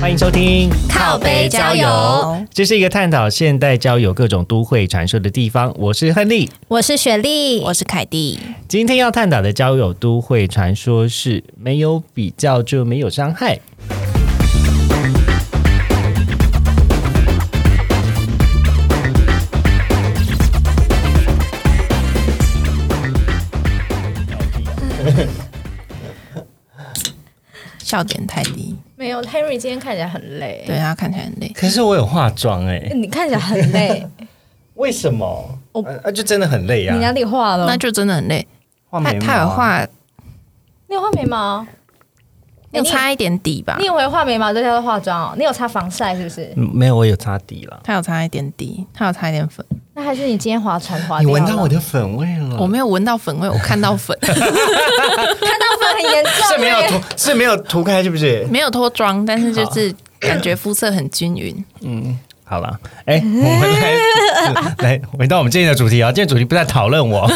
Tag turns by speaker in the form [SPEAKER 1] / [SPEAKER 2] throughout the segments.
[SPEAKER 1] 欢迎收听，
[SPEAKER 2] 靠北交友，
[SPEAKER 1] 这是一个探讨现代交友各种都会传说的地方。我是亨利，
[SPEAKER 2] 我是雪莉，
[SPEAKER 3] 我是凯蒂，
[SPEAKER 1] 今天要探讨的交友都会传说是没有比较就没有伤害。
[SPEAKER 3] 笑点太低，
[SPEAKER 2] 没有 Henry 今天看起来很累，
[SPEAKER 3] 对他看起来很累。
[SPEAKER 4] 可是我有化妆哎、
[SPEAKER 2] 你看起来很 累，
[SPEAKER 4] 啊为什么？
[SPEAKER 2] 我
[SPEAKER 4] 啊啊，就真的很累呀、
[SPEAKER 2] 你哪里画了
[SPEAKER 3] 那？就真的很累。
[SPEAKER 4] 画
[SPEAKER 3] 他
[SPEAKER 4] 眉毛、啊
[SPEAKER 3] 他有，啊画，
[SPEAKER 2] 你有画眉毛？哎
[SPEAKER 3] 有擦一点底吧
[SPEAKER 2] 你？以为画眉毛就叫做化妆哦？你有擦防晒是不是？
[SPEAKER 4] 嗯没有，我有擦底了。
[SPEAKER 3] 他有擦一点底，他有擦一点粉。
[SPEAKER 2] 那还是你今天划船划
[SPEAKER 4] 你
[SPEAKER 2] 掉了
[SPEAKER 4] 闻到 我的粉味了？
[SPEAKER 3] 我没有闻到粉味，我看到 粉，
[SPEAKER 2] 看到粉很严
[SPEAKER 4] 是
[SPEAKER 2] 重欸耶，
[SPEAKER 4] 没有涂，是没有涂开，是不是？
[SPEAKER 3] 没有脱妆，但是就是感觉肤色很均匀。
[SPEAKER 4] 好了，哎、 我们来来回到我们今天的主题啊，今天主题不在讨论我，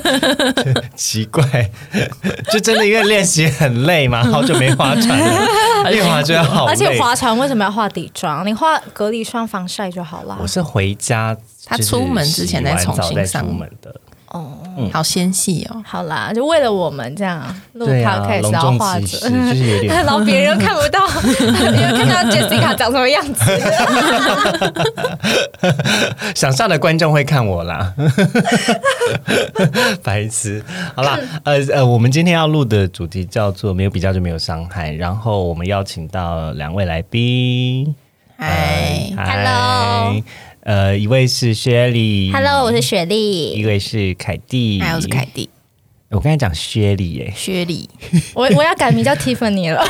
[SPEAKER 4] 奇怪，就真的因为练习很累嘛，好久没划船了， 练划船好累。
[SPEAKER 2] 而且划船为什么要画底妆？你画隔离霜、防晒就好啦
[SPEAKER 4] 我。是回家，
[SPEAKER 3] 他
[SPEAKER 4] 就是
[SPEAKER 3] 出门之前再
[SPEAKER 4] 洗完澡
[SPEAKER 3] 重新
[SPEAKER 4] 再
[SPEAKER 3] 上
[SPEAKER 4] 出门的，
[SPEAKER 3] 好纤细哦。
[SPEAKER 2] 好啦，就为了我们这样录
[SPEAKER 4] 对啊，
[SPEAKER 2] podcast，
[SPEAKER 4] 隆
[SPEAKER 2] 然后
[SPEAKER 4] 重
[SPEAKER 2] 画
[SPEAKER 4] 其
[SPEAKER 2] 着
[SPEAKER 4] 事，就是有点
[SPEAKER 2] 然后别人又看不到， 别人看不到 Jessica 长什么样子。
[SPEAKER 4] 想上的观众会看我啦， 白痴。好啦，呃呃，我们今天要录的主题叫做“没有比较就没有伤害”，然后我们邀请到两位来宾，
[SPEAKER 3] 哎，
[SPEAKER 4] 嗨
[SPEAKER 2] Hello
[SPEAKER 4] 呃，一位是 Shelly。
[SPEAKER 2] Hello，我是雪
[SPEAKER 4] 一
[SPEAKER 2] 莉，
[SPEAKER 4] 位是凯蒂，
[SPEAKER 3] 哎嗨，我是凯。蒂，，
[SPEAKER 4] 我刚才讲薛莉耶
[SPEAKER 3] 薛丽，
[SPEAKER 2] 我我要改名叫 Tiffany 了。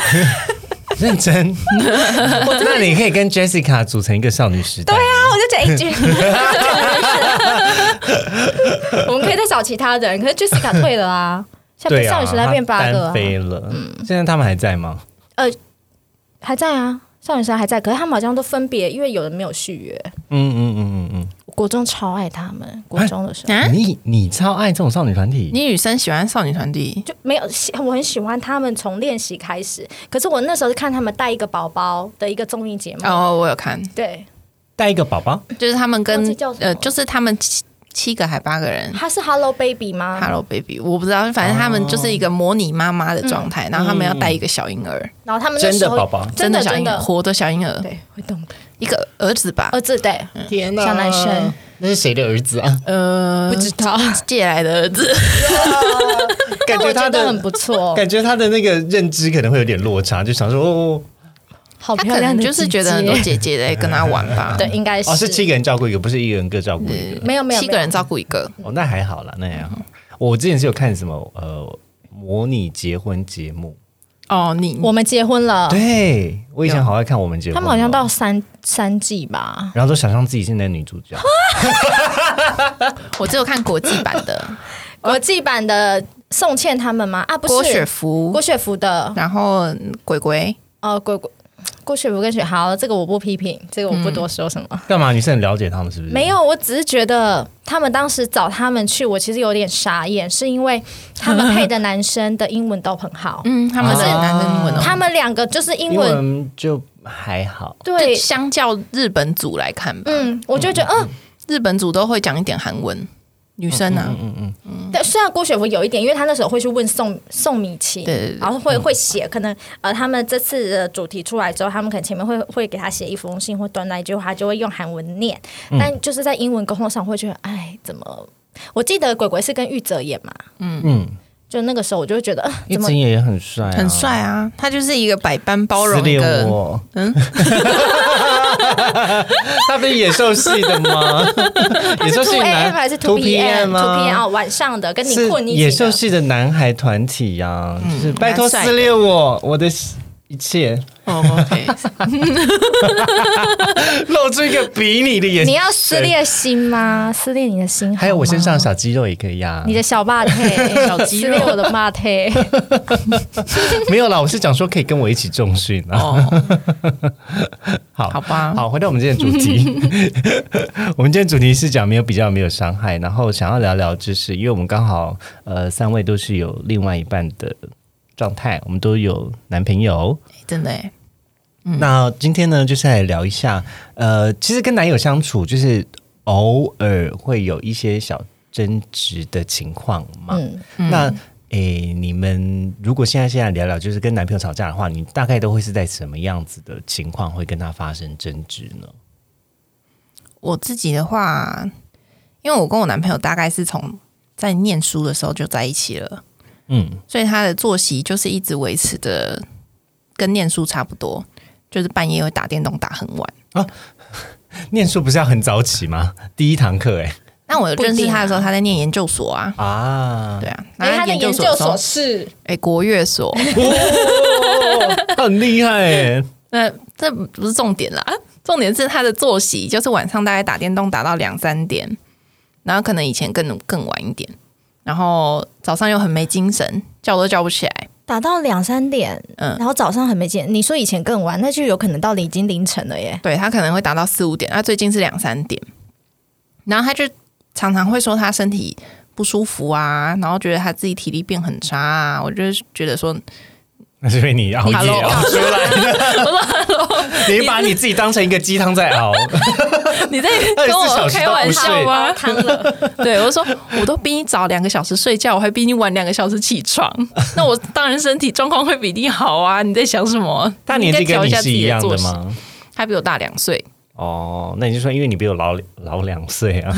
[SPEAKER 4] 认 真。那你可以跟 Jessica 组成一个少女时代。
[SPEAKER 2] 对啊，我就讲 一句。 我们可以再找其他人，可是 Jessica 退了 啊，下
[SPEAKER 4] 对啊，
[SPEAKER 2] 少女时代变八个、嗯
[SPEAKER 4] 她单飞了。现在他们还在吗？
[SPEAKER 2] 还在啊，少女时代还在，可是他们好像都分别，因为有人没有续约。
[SPEAKER 4] 嗯嗯嗯嗯
[SPEAKER 2] 我国中超爱他们，国中的时候、
[SPEAKER 3] 啊
[SPEAKER 4] 嗯。你你超爱这种少女团体，
[SPEAKER 3] 你女生喜欢少女团体？
[SPEAKER 2] 就没有喜，我很喜欢他们从练习开始。可是我那时候是看他们带一个宝宝的一个综艺节目，
[SPEAKER 3] 哦，我有看，
[SPEAKER 2] 对，
[SPEAKER 4] 带一个宝宝，
[SPEAKER 3] 就是他们
[SPEAKER 2] 忘记
[SPEAKER 3] 跟
[SPEAKER 2] 叫什么
[SPEAKER 3] 呃，就是他们七七个还八个人，
[SPEAKER 2] 他是 Hello Baby 吗？
[SPEAKER 3] Hello Baby，我不知道，反正他们就是一个模拟妈妈
[SPEAKER 2] 嗯
[SPEAKER 3] 的状态，然后他们要带一个小婴儿，
[SPEAKER 2] 然后他们那
[SPEAKER 4] 真
[SPEAKER 2] 时
[SPEAKER 4] 的
[SPEAKER 2] 候
[SPEAKER 4] 宝宝，
[SPEAKER 3] 真
[SPEAKER 2] 嗯真
[SPEAKER 3] 的
[SPEAKER 2] 的
[SPEAKER 3] 小
[SPEAKER 2] 真
[SPEAKER 3] 婴儿，
[SPEAKER 2] 的，
[SPEAKER 3] 活的小婴儿，
[SPEAKER 2] 对，会动的
[SPEAKER 3] 一个儿子吧，
[SPEAKER 2] 儿子对，
[SPEAKER 3] 嗯
[SPEAKER 4] 天
[SPEAKER 2] 小男生，
[SPEAKER 4] 那是谁的儿子啊？
[SPEAKER 3] 呃
[SPEAKER 2] 不，知道，
[SPEAKER 3] 借来的儿子，
[SPEAKER 4] 感
[SPEAKER 2] 但我
[SPEAKER 4] 觉
[SPEAKER 2] 觉
[SPEAKER 4] 他
[SPEAKER 2] 得很
[SPEAKER 4] 的
[SPEAKER 2] 不错，
[SPEAKER 4] 感觉他的那个认知可能会有点落差，就想说哦
[SPEAKER 2] 好
[SPEAKER 3] 他
[SPEAKER 2] 漂
[SPEAKER 3] 可
[SPEAKER 2] 亮
[SPEAKER 3] 能
[SPEAKER 2] 的
[SPEAKER 3] 就是
[SPEAKER 2] 姐
[SPEAKER 3] 觉得很
[SPEAKER 2] 姐
[SPEAKER 3] 多 姐姐在跟他玩吧，
[SPEAKER 2] 对，，应该是嗯
[SPEAKER 4] 哦是七个人照顾一个，不是一个人各照顾一个，
[SPEAKER 2] 没有没有
[SPEAKER 3] 七个人照顾一个，
[SPEAKER 4] 哦那还好啦，那还
[SPEAKER 2] 嗯
[SPEAKER 4] 好。我之前是有看什么呃模拟结婚节目，
[SPEAKER 3] 哦，你
[SPEAKER 2] 没有我们结婚了，
[SPEAKER 4] 对我以前好爱看我们结婚哦，
[SPEAKER 2] 啊他们好像到三三季吧。
[SPEAKER 4] 然后都想象自己现在女主角，
[SPEAKER 3] 我只有看国际版的
[SPEAKER 2] 国际版的宋茜他们吗？啊，不是
[SPEAKER 3] 哦郭雪芙
[SPEAKER 2] 郭，雪芙的
[SPEAKER 3] 然后鬼鬼，
[SPEAKER 2] 呃，郭郭郭雪芙跟雪好，这个我不批评，这个我不多说什么。
[SPEAKER 4] 干嘛？你是很了解他们是不是？
[SPEAKER 2] 没有，我只是觉得他们当时找他们去，我其实有点傻眼，是因为他们配的男生的英文都很好，
[SPEAKER 3] 嗯，他们是男生英文哦。
[SPEAKER 2] 他们两个就是英
[SPEAKER 4] 英
[SPEAKER 2] 文
[SPEAKER 4] 文就还好，
[SPEAKER 3] 就
[SPEAKER 2] 对，
[SPEAKER 3] 相较日本组来看吧，
[SPEAKER 2] 嗯，我就觉得嗯，
[SPEAKER 3] 日本组都会讲一点韩文，女生啊，
[SPEAKER 2] 但虽然郭雪芙有一点，因为她那时候会去问宋宋米琦，
[SPEAKER 3] 对对对
[SPEAKER 2] 然后
[SPEAKER 4] 嗯
[SPEAKER 2] 会会写，可能呃，他们这次的主题出来之后，他们可能前面会会给他写一封信或短短一句话，她就会用韩文念，
[SPEAKER 4] 嗯
[SPEAKER 2] 但就是在英文沟通上会觉得，哎，怎么？我记得鬼鬼是跟玉泽演嘛，
[SPEAKER 4] 嗯，
[SPEAKER 2] 就那个时候我就会觉得，呃
[SPEAKER 4] 一
[SPEAKER 2] 怎么
[SPEAKER 4] 直也很帅啊，
[SPEAKER 3] 很帅啊，他就是一个百般包
[SPEAKER 4] 撕
[SPEAKER 3] 容
[SPEAKER 4] 裂
[SPEAKER 3] 的，
[SPEAKER 4] 我。嗯， 他不是野兽系的 吗？野兽
[SPEAKER 2] 2 AM 还是
[SPEAKER 4] t o
[SPEAKER 2] two
[SPEAKER 4] PM
[SPEAKER 2] 2 PM
[SPEAKER 4] 吗？
[SPEAKER 2] 哦，晚上的跟你
[SPEAKER 4] 啊是
[SPEAKER 2] 困一
[SPEAKER 4] 野
[SPEAKER 2] 起
[SPEAKER 4] 兽
[SPEAKER 2] 的。
[SPEAKER 3] 嗯
[SPEAKER 4] 系的男孩团体呀、就是拜托
[SPEAKER 3] 蛮帅的
[SPEAKER 4] 撕裂我，我的一切
[SPEAKER 3] 哦，OK，
[SPEAKER 4] 露出一个比你的眼
[SPEAKER 2] 你
[SPEAKER 4] 睛。
[SPEAKER 2] 要撕裂心吗？撕裂你的心好吗，
[SPEAKER 4] 还有我身上的小肌肉也可以呀、
[SPEAKER 2] 你的小 霸腿，
[SPEAKER 3] 小肌肉
[SPEAKER 2] 撕裂我的霸腿。
[SPEAKER 4] 没有啦，我是讲说可以跟我一起重训啊。
[SPEAKER 3] 哦，
[SPEAKER 4] 好，
[SPEAKER 3] 好吧
[SPEAKER 4] 好，回到我们今天的主题。我们今天主题是讲没有比较，没有伤害，然后想要聊聊，就是因为我们刚好呃三位都是有另外一半的状态，我们都有男朋友。
[SPEAKER 3] 真的耶，
[SPEAKER 4] 那今天呢，就是来聊一下，呃，其实跟男友相处，就是偶尔会有一些小争执的情况嘛。
[SPEAKER 2] 嗯，
[SPEAKER 4] 那诶、你们如果现在现在聊聊，就是跟男朋友吵架的话，你大概都会是在什么样子的情况会跟他发生争执呢？
[SPEAKER 3] 我自己的话，因为我跟我男朋友大概是从在念书的时候就在一起了，
[SPEAKER 4] 嗯，
[SPEAKER 3] 所以他的作息就是一直维持的跟念书差不多，就是半夜会打电动打很晚。
[SPEAKER 4] 念书不是要很早起吗？第一堂课哎、
[SPEAKER 3] 那我
[SPEAKER 2] 不一定啊
[SPEAKER 3] 认识他的时候，他在念研究所啊，
[SPEAKER 4] 啊，
[SPEAKER 3] 对啊，
[SPEAKER 2] 因哎为他的研
[SPEAKER 3] 研
[SPEAKER 2] 究
[SPEAKER 3] 的时候
[SPEAKER 2] 所，是
[SPEAKER 3] 哎，国乐所，
[SPEAKER 4] 他哦很厉害哎、
[SPEAKER 3] 那这不是重点啦，啊重点是他的作息，就是晚上大概打电动打到两三点，然后可能以前更更晚一点，然后早上又很没精神，叫都叫不起来。
[SPEAKER 2] 打到两三点，
[SPEAKER 3] 嗯
[SPEAKER 2] 然后早上很没劲。你说以前更晚，那就有可能到已经凌晨了耶。
[SPEAKER 3] 对他可能会打到四五点，啊他最近是两三点，然后他就常常会说他身体不舒服啊，然后觉得他自己体力变很差啊，我就觉得说，
[SPEAKER 4] 那是因为你熬夜
[SPEAKER 3] Hello 啊
[SPEAKER 4] 熬出来的，你把你自己当成一个鸡汤在 熬，
[SPEAKER 3] 你在
[SPEAKER 4] 二十
[SPEAKER 3] 跟
[SPEAKER 4] 四小
[SPEAKER 3] 我
[SPEAKER 4] 时
[SPEAKER 3] 开
[SPEAKER 4] 都不
[SPEAKER 3] 玩
[SPEAKER 4] 睡
[SPEAKER 3] 笑啊吗
[SPEAKER 2] 煲？汤了，
[SPEAKER 3] 对，我就说我都比你早两个小时睡觉，我还比你晚两个小时起床，那我当然身体状况会比你好啊！你在想什么？
[SPEAKER 4] 他年纪
[SPEAKER 3] 你应该
[SPEAKER 4] 跟你
[SPEAKER 3] 调一下
[SPEAKER 4] 是
[SPEAKER 3] 自己
[SPEAKER 4] 一样
[SPEAKER 3] 作
[SPEAKER 4] 的
[SPEAKER 3] 息？
[SPEAKER 4] 吗？
[SPEAKER 3] 他比我大两岁，
[SPEAKER 4] 哦，那你就说，因为你比我老老两岁 啊，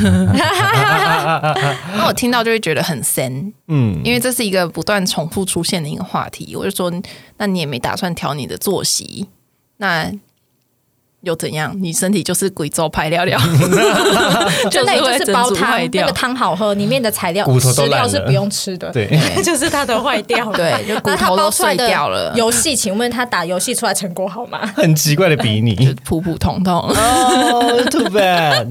[SPEAKER 3] 那我听到就会觉得很深，
[SPEAKER 4] 嗯，
[SPEAKER 3] 因为这是一个不断重复出现的一个话题。我就说，那你也没打算调你的作息，那。又怎样？你身体就是鬼招 牌聊聊， 就
[SPEAKER 2] 那
[SPEAKER 3] 是
[SPEAKER 2] 也
[SPEAKER 3] 会
[SPEAKER 2] 就是
[SPEAKER 3] 整
[SPEAKER 2] 煲
[SPEAKER 3] 组
[SPEAKER 2] 汤
[SPEAKER 3] 坏，
[SPEAKER 2] 那
[SPEAKER 3] 掉
[SPEAKER 2] 个。汤好喝，里面的材料
[SPEAKER 4] 骨头都
[SPEAKER 2] 食
[SPEAKER 4] 烂
[SPEAKER 2] 料
[SPEAKER 4] 了
[SPEAKER 2] 是不用吃的，
[SPEAKER 4] 对，
[SPEAKER 2] 就是它都坏掉了。
[SPEAKER 3] 对就骨
[SPEAKER 2] 那他
[SPEAKER 3] 头都
[SPEAKER 2] 包出来的
[SPEAKER 3] 碎掉了
[SPEAKER 2] 游戏，请问他打游戏出来成果好 吗？
[SPEAKER 4] 很奇怪的比
[SPEAKER 3] 就
[SPEAKER 4] 你
[SPEAKER 3] 普普通通。
[SPEAKER 4] 哦，too bad，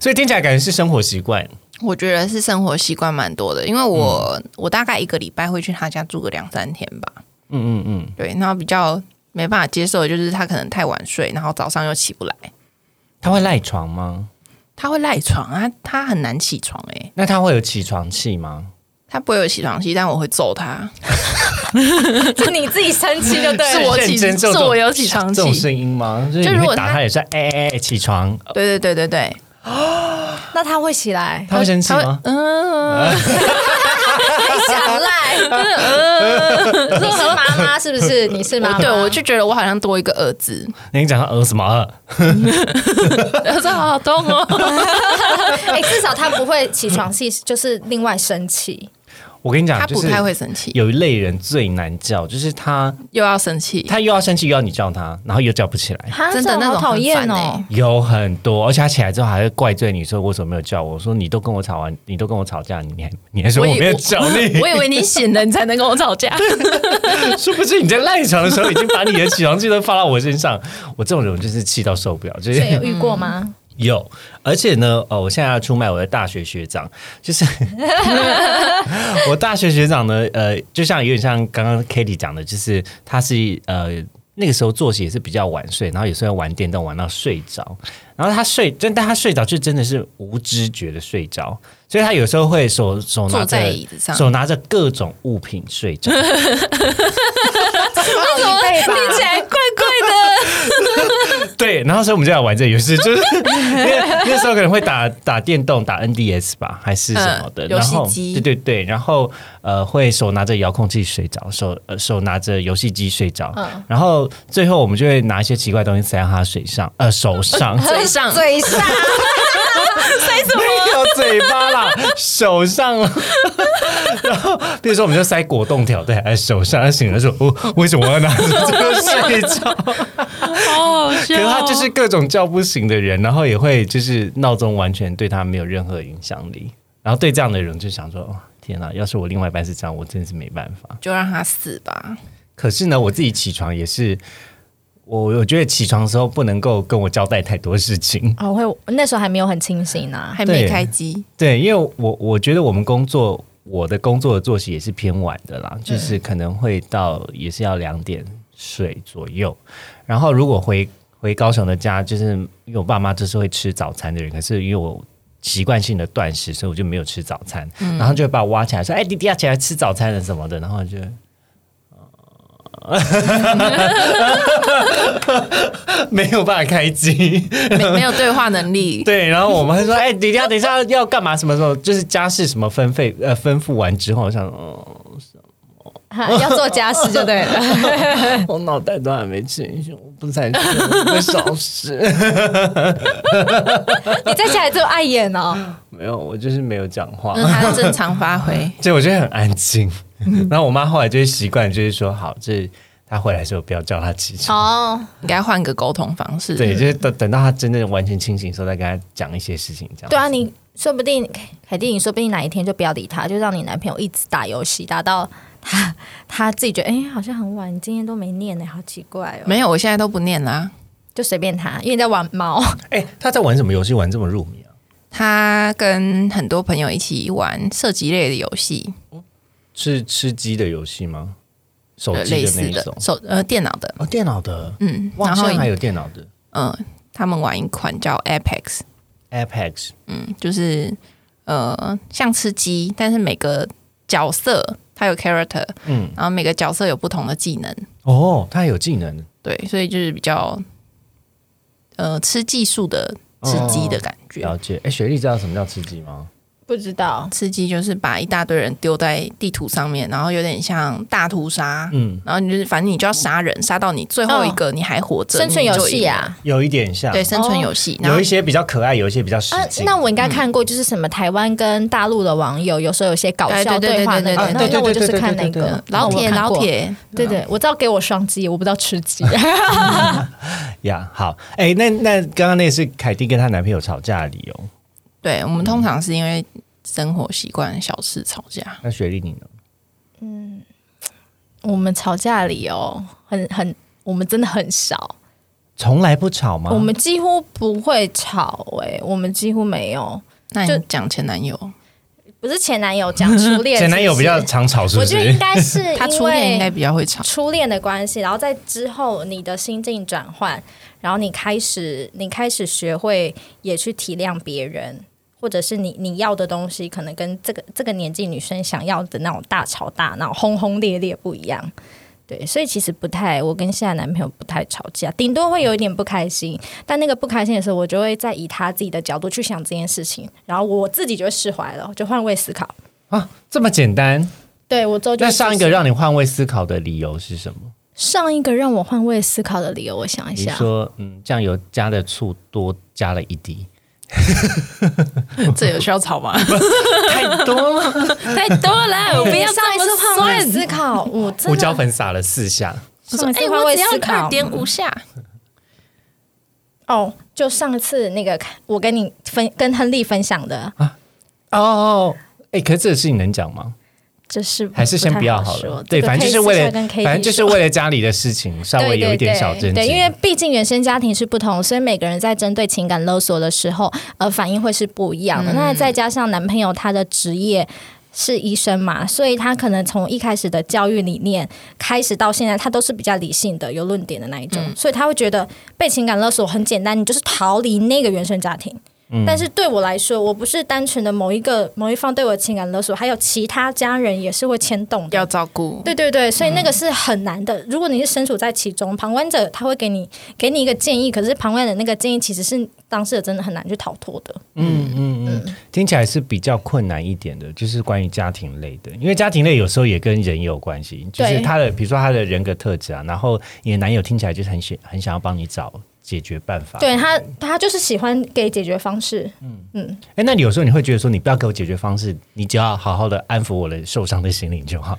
[SPEAKER 4] 所以听起来感觉是生活习惯
[SPEAKER 3] 我觉得是生活习惯蛮多的，因为我、我大概一个礼拜会去他家住个两三天吧。
[SPEAKER 4] 嗯嗯嗯，
[SPEAKER 3] 对，然后比较没办法接受的就是他可能太晚睡，然后早上又起不来，
[SPEAKER 4] 他会赖床吗？
[SPEAKER 3] 他会赖床啊，他很难起床诶、
[SPEAKER 4] 那他会有起床气吗？
[SPEAKER 3] 他不会有起床气，但我会揍 他。
[SPEAKER 2] 就你自己生气就对
[SPEAKER 3] 是
[SPEAKER 2] 了。
[SPEAKER 3] 我
[SPEAKER 4] 认
[SPEAKER 3] 起，
[SPEAKER 4] 真
[SPEAKER 3] 是
[SPEAKER 4] 揍揍
[SPEAKER 3] 我有起床
[SPEAKER 4] 这
[SPEAKER 3] 气。
[SPEAKER 4] 种声音吗？就是你
[SPEAKER 3] 如
[SPEAKER 4] 会
[SPEAKER 3] 果
[SPEAKER 4] 打
[SPEAKER 3] 他
[SPEAKER 4] 他也是哎哎哎起床，
[SPEAKER 3] 对对对对对，
[SPEAKER 2] 那他会起来，
[SPEAKER 4] 他会生气吗？
[SPEAKER 3] 嗯
[SPEAKER 2] 还 想赖？ 你是妈妈是不是？你是妈妈？
[SPEAKER 3] 呃对我就觉得我好像多一个儿子，
[SPEAKER 4] 你讲他呃什么呃？
[SPEAKER 3] 儿子好好痛哦。
[SPEAKER 2] 哎，至少他不会起床气，就是另外生气。
[SPEAKER 4] 我跟你讲，
[SPEAKER 3] 他
[SPEAKER 4] 就
[SPEAKER 3] 不
[SPEAKER 4] 是
[SPEAKER 3] 太会生气，
[SPEAKER 4] 有一类人最难叫，就是他
[SPEAKER 3] 又要生气，
[SPEAKER 4] 他又要生气又要你叫他，然后又叫不起来。
[SPEAKER 2] 哈
[SPEAKER 3] 真的
[SPEAKER 2] 这
[SPEAKER 3] 那
[SPEAKER 2] 好
[SPEAKER 3] 种
[SPEAKER 2] 讨
[SPEAKER 3] 很
[SPEAKER 2] 厌
[SPEAKER 3] 烦
[SPEAKER 2] 哦
[SPEAKER 3] 欸。
[SPEAKER 4] 有很多，而且他起来之后还会怪罪你说为什么没有叫我。我说你都跟我吵完，你都跟我吵架，你还你还说
[SPEAKER 3] 以
[SPEAKER 4] 我没有叫你，
[SPEAKER 3] 我以为你醒了你才能跟我吵 架。
[SPEAKER 4] 殊不知你在赖床的时候已经把你的起床气都发到我身上。我这种人就是气到受不了，就
[SPEAKER 2] 所以有
[SPEAKER 4] 是
[SPEAKER 2] 遇过吗？
[SPEAKER 4] 有。而且呢，哦，我现在要出卖我的大学学长，就是 我大学学长呢，呃，就像有点像刚刚 Kitty 讲的，就是他是呃那个时候作息也是比较晚睡，然后有时候玩电动玩到睡着，然后他睡，但但他睡着就真的是无知觉的睡着，所以他有时候会手手拿
[SPEAKER 3] 坐在
[SPEAKER 4] 着
[SPEAKER 3] 椅子上
[SPEAKER 4] 手拿着各种物品睡着，
[SPEAKER 2] 为什么听起 来怪怪
[SPEAKER 4] 对，然后所以我们就要玩这个游戏， 就是因为那时候可能会打打电动、打 NDS 吧，还是什么的，
[SPEAKER 3] 嗯
[SPEAKER 4] 然后
[SPEAKER 3] 游戏机，
[SPEAKER 4] 对对对，然后呃会手拿着遥控器睡着，手呃手拿着游戏机睡着，然后最后我们就会拿一些奇怪的东西塞到他水上呃手上
[SPEAKER 3] 嘴上
[SPEAKER 2] 的？嘴上
[SPEAKER 4] 没有嘴巴啦，手上啦。然后，比如说，我们就塞果冻条在他手上，他醒了说：“我、哦、为什么我要拿着这个睡觉？”
[SPEAKER 3] 哦，可
[SPEAKER 4] 可是他就是各种叫不醒的人，然后也会就是闹钟完全对他没有任何影响力，然后对啊这样的人就想说，哦，天哪，要是我另外一半是这样，我真的是没办法。
[SPEAKER 3] 就让他死吧。
[SPEAKER 4] 可是呢，我自己起床也是，我我觉得起床的时候不能够跟我交代太多事情。
[SPEAKER 2] 哦，会那时候还没有很清醒啊呢、
[SPEAKER 3] 还没开机，
[SPEAKER 4] 对，因为我我觉得我们工作，我的工作的作息也是偏晚的啦，就是可能会到也是要两点睡左右。然后如果回回高雄的家，就是因为我爸妈就是会吃早餐的人，可是因为我。习惯性的断食，所以我就没有吃早餐，然后就会把我挖起来说：“哎、弟弟要起来吃早餐了什么的。”然后我就， 呃没有办法开机。
[SPEAKER 3] 没没有对话能 力，
[SPEAKER 4] 对，然后我们还说，哎、等一下，等一下要干嘛？什么时候？就是家事什么分配呃吩咐完之后，我想，哦，
[SPEAKER 2] 哈要做家事就对了。
[SPEAKER 3] 哎
[SPEAKER 4] 我脑袋都还没清醒，我不太确定会少 事。
[SPEAKER 2] 你在家里这么碍眼哦，
[SPEAKER 4] 没有，我就是没有讲话
[SPEAKER 3] 让，他正常发挥。
[SPEAKER 4] 所以我觉得很安静。
[SPEAKER 3] 嗯
[SPEAKER 4] 然后我妈后来就是习惯，就是说，好，这她回来的时候不要叫她起床。
[SPEAKER 2] 哦，
[SPEAKER 3] 应该换个沟通方式。
[SPEAKER 4] 对，就是等等到她真正完全清醒的时候，再跟她讲一些事情，这样。
[SPEAKER 2] 对啊，你说不定凯蒂，你说不定哪一天就不要理他，就让你男朋友一直打游戏，打到他 他自己觉得，哎、好像很晚，你今天都没念呢、好奇怪哦，
[SPEAKER 3] 没有，我现在都不念啦。
[SPEAKER 2] 就随便他，因为你在玩猫，
[SPEAKER 4] 哎、她在玩什么游戏？玩这么入迷啊？
[SPEAKER 3] 他跟很多朋友一起玩射击类的游戏，
[SPEAKER 4] 是吃鸡的游戏吗？手
[SPEAKER 3] 呃
[SPEAKER 4] 机
[SPEAKER 3] 类
[SPEAKER 4] 的那
[SPEAKER 3] 似
[SPEAKER 4] 一
[SPEAKER 3] 的
[SPEAKER 4] 种？
[SPEAKER 3] 手呃电脑的，
[SPEAKER 4] 哦，电脑的。
[SPEAKER 3] 嗯，
[SPEAKER 4] 哇，
[SPEAKER 3] 然
[SPEAKER 4] 现
[SPEAKER 3] 后
[SPEAKER 4] 在还有电脑的
[SPEAKER 3] 嗯、他们玩一款叫 Apex，
[SPEAKER 4] Apex，
[SPEAKER 3] 嗯，就是呃像吃鸡，但是每个角色它有 character，
[SPEAKER 4] 嗯，
[SPEAKER 3] 然后每个角色有不同的技能，
[SPEAKER 4] 哦，它还有技能，
[SPEAKER 3] 对，所以就是比较呃吃技术的吃鸡的感觉。
[SPEAKER 4] 了解。哎，雪莉知道什么叫吃鸡吗？
[SPEAKER 2] 不知道
[SPEAKER 3] 吃鸡就是把一大堆人丢在地图上面，然后有点像大屠杀，
[SPEAKER 4] 嗯，
[SPEAKER 3] 然后你就是反正你就要杀人，杀到你最后一个你还活着，
[SPEAKER 2] 生存游戏
[SPEAKER 3] 你
[SPEAKER 2] 啊。
[SPEAKER 4] 有一点像，
[SPEAKER 3] 就赢了，对，生存游戏。然后
[SPEAKER 4] 有一些比较可爱，有一些比较实
[SPEAKER 2] 啊，
[SPEAKER 4] 际。
[SPEAKER 2] 那我应该看过，就是什么台湾跟大陆的网友有时候有些搞笑
[SPEAKER 3] 哎对对
[SPEAKER 2] 话那
[SPEAKER 3] 对
[SPEAKER 2] 个，
[SPEAKER 3] 对对
[SPEAKER 2] 那
[SPEAKER 4] 对对
[SPEAKER 2] 那我就是
[SPEAKER 4] 对对
[SPEAKER 2] 看那
[SPEAKER 4] 对对
[SPEAKER 2] 个
[SPEAKER 3] 老铁，
[SPEAKER 2] 那我看
[SPEAKER 3] 老，铁，
[SPEAKER 2] 过对对，我知道给我双击，我不知道吃鸡，
[SPEAKER 4] 呀，好，哎，那那刚刚那是凯蒂跟她男朋友吵架的理由。
[SPEAKER 3] 对我们通常是因为生活习惯小事吵架，
[SPEAKER 4] 那雪莉你呢？
[SPEAKER 2] 我们吵架的理由很很，我们真的很少，
[SPEAKER 4] 从来不吵吗？
[SPEAKER 2] 我们几乎不会吵、欸，我们几乎没有，
[SPEAKER 3] 那你
[SPEAKER 2] 就
[SPEAKER 3] 讲前男友，
[SPEAKER 2] 不是前男友讲初恋，
[SPEAKER 4] 前男友比较
[SPEAKER 2] 是不
[SPEAKER 4] 常吵，
[SPEAKER 2] 是
[SPEAKER 4] 是不
[SPEAKER 2] 我觉得应
[SPEAKER 4] 是？
[SPEAKER 2] 该是因为
[SPEAKER 3] 他初恋应该比较会吵，
[SPEAKER 2] 初恋的关系，然后在之后你的心境转换，然后你开始你开始学会也去体谅别人，或者是你你要的东西可能跟这个这个年纪女生想要的那种大吵大闹、轰轰烈烈不一样。对，所以其实不太，我跟现在男朋友不太吵架，顶多会有一点不开心，但那个不开心的时候，我就会再以他自己的角度去想这件事情，然后我自己就会释怀了，就换位思考。
[SPEAKER 4] 啊，这么简单。
[SPEAKER 2] 对我之后就
[SPEAKER 4] 那上一
[SPEAKER 2] 就是
[SPEAKER 4] 个让你换位思考的理由是什么？
[SPEAKER 2] 上一个让我换位思考的理由，我想一
[SPEAKER 4] 你
[SPEAKER 2] 下，
[SPEAKER 4] 说，嗯，酱油加的醋多加了一滴，
[SPEAKER 3] 这有需要吵吗？
[SPEAKER 4] 太多了，
[SPEAKER 3] 太多了，我 不要
[SPEAKER 2] 上一
[SPEAKER 3] 这
[SPEAKER 2] 次
[SPEAKER 3] 么
[SPEAKER 2] 换位
[SPEAKER 3] 酸。
[SPEAKER 2] 思考，我真
[SPEAKER 4] 胡
[SPEAKER 2] 的
[SPEAKER 4] 椒粉撒了四下。
[SPEAKER 2] 上一次
[SPEAKER 3] 哎，
[SPEAKER 2] 换
[SPEAKER 3] 我
[SPEAKER 2] 位
[SPEAKER 3] 只要
[SPEAKER 2] 思考
[SPEAKER 3] 二点五下，
[SPEAKER 2] 哦，就上次那个我跟你分跟亨利分享的，
[SPEAKER 4] 啊哦，哎、可是这个事情能讲吗？
[SPEAKER 2] 这是
[SPEAKER 4] 还是先不要好
[SPEAKER 2] 太说
[SPEAKER 4] 了。对，
[SPEAKER 2] 这个
[SPEAKER 4] 反正就是为
[SPEAKER 2] 可以私下
[SPEAKER 4] 了，
[SPEAKER 2] 跟 Katie
[SPEAKER 4] 反正就是
[SPEAKER 2] 说
[SPEAKER 4] 为了家里的事情，稍微有一点小争执。
[SPEAKER 2] 对对对，对因为毕竟原生家庭是不同，所以每个人在针对情感勒索的时候，呃，反应会是不一
[SPEAKER 4] 嗯
[SPEAKER 2] 样的。那再加上男朋友他的职业。是医生嘛，所以他可能从一开始的教育理念开始到现在，他都是比较理性的、有论点的那一种，
[SPEAKER 4] 嗯
[SPEAKER 2] 所以他会觉得被情感勒索很简单，你就是逃离那个原生家庭。
[SPEAKER 4] 嗯
[SPEAKER 2] 但是对我来说，我不是单纯的某一个某一方对我的情感勒索，还有其他家人也是会牵动的
[SPEAKER 3] 要。照顾。
[SPEAKER 2] 对对对，所以那个是很难的。如果你是身处在其中，旁观者他会给你给你一个建议，可是旁观的那个建议其实是当事者真的很难去逃脱的。
[SPEAKER 4] 嗯嗯嗯，听起来是比较困难一点的，就是关于家庭类的，因为家庭类有时候也跟人有关系，就是
[SPEAKER 2] 对
[SPEAKER 4] 他的，比如说他的人格特质啊，然后你的男友听起来就是很想很想要帮你找解决办法。
[SPEAKER 2] 对他，他就是喜欢给解决方式。
[SPEAKER 4] 哎，那你有时候你会觉得说，你不要给我解决方式，你只要好好的安抚我的受伤的心灵就好。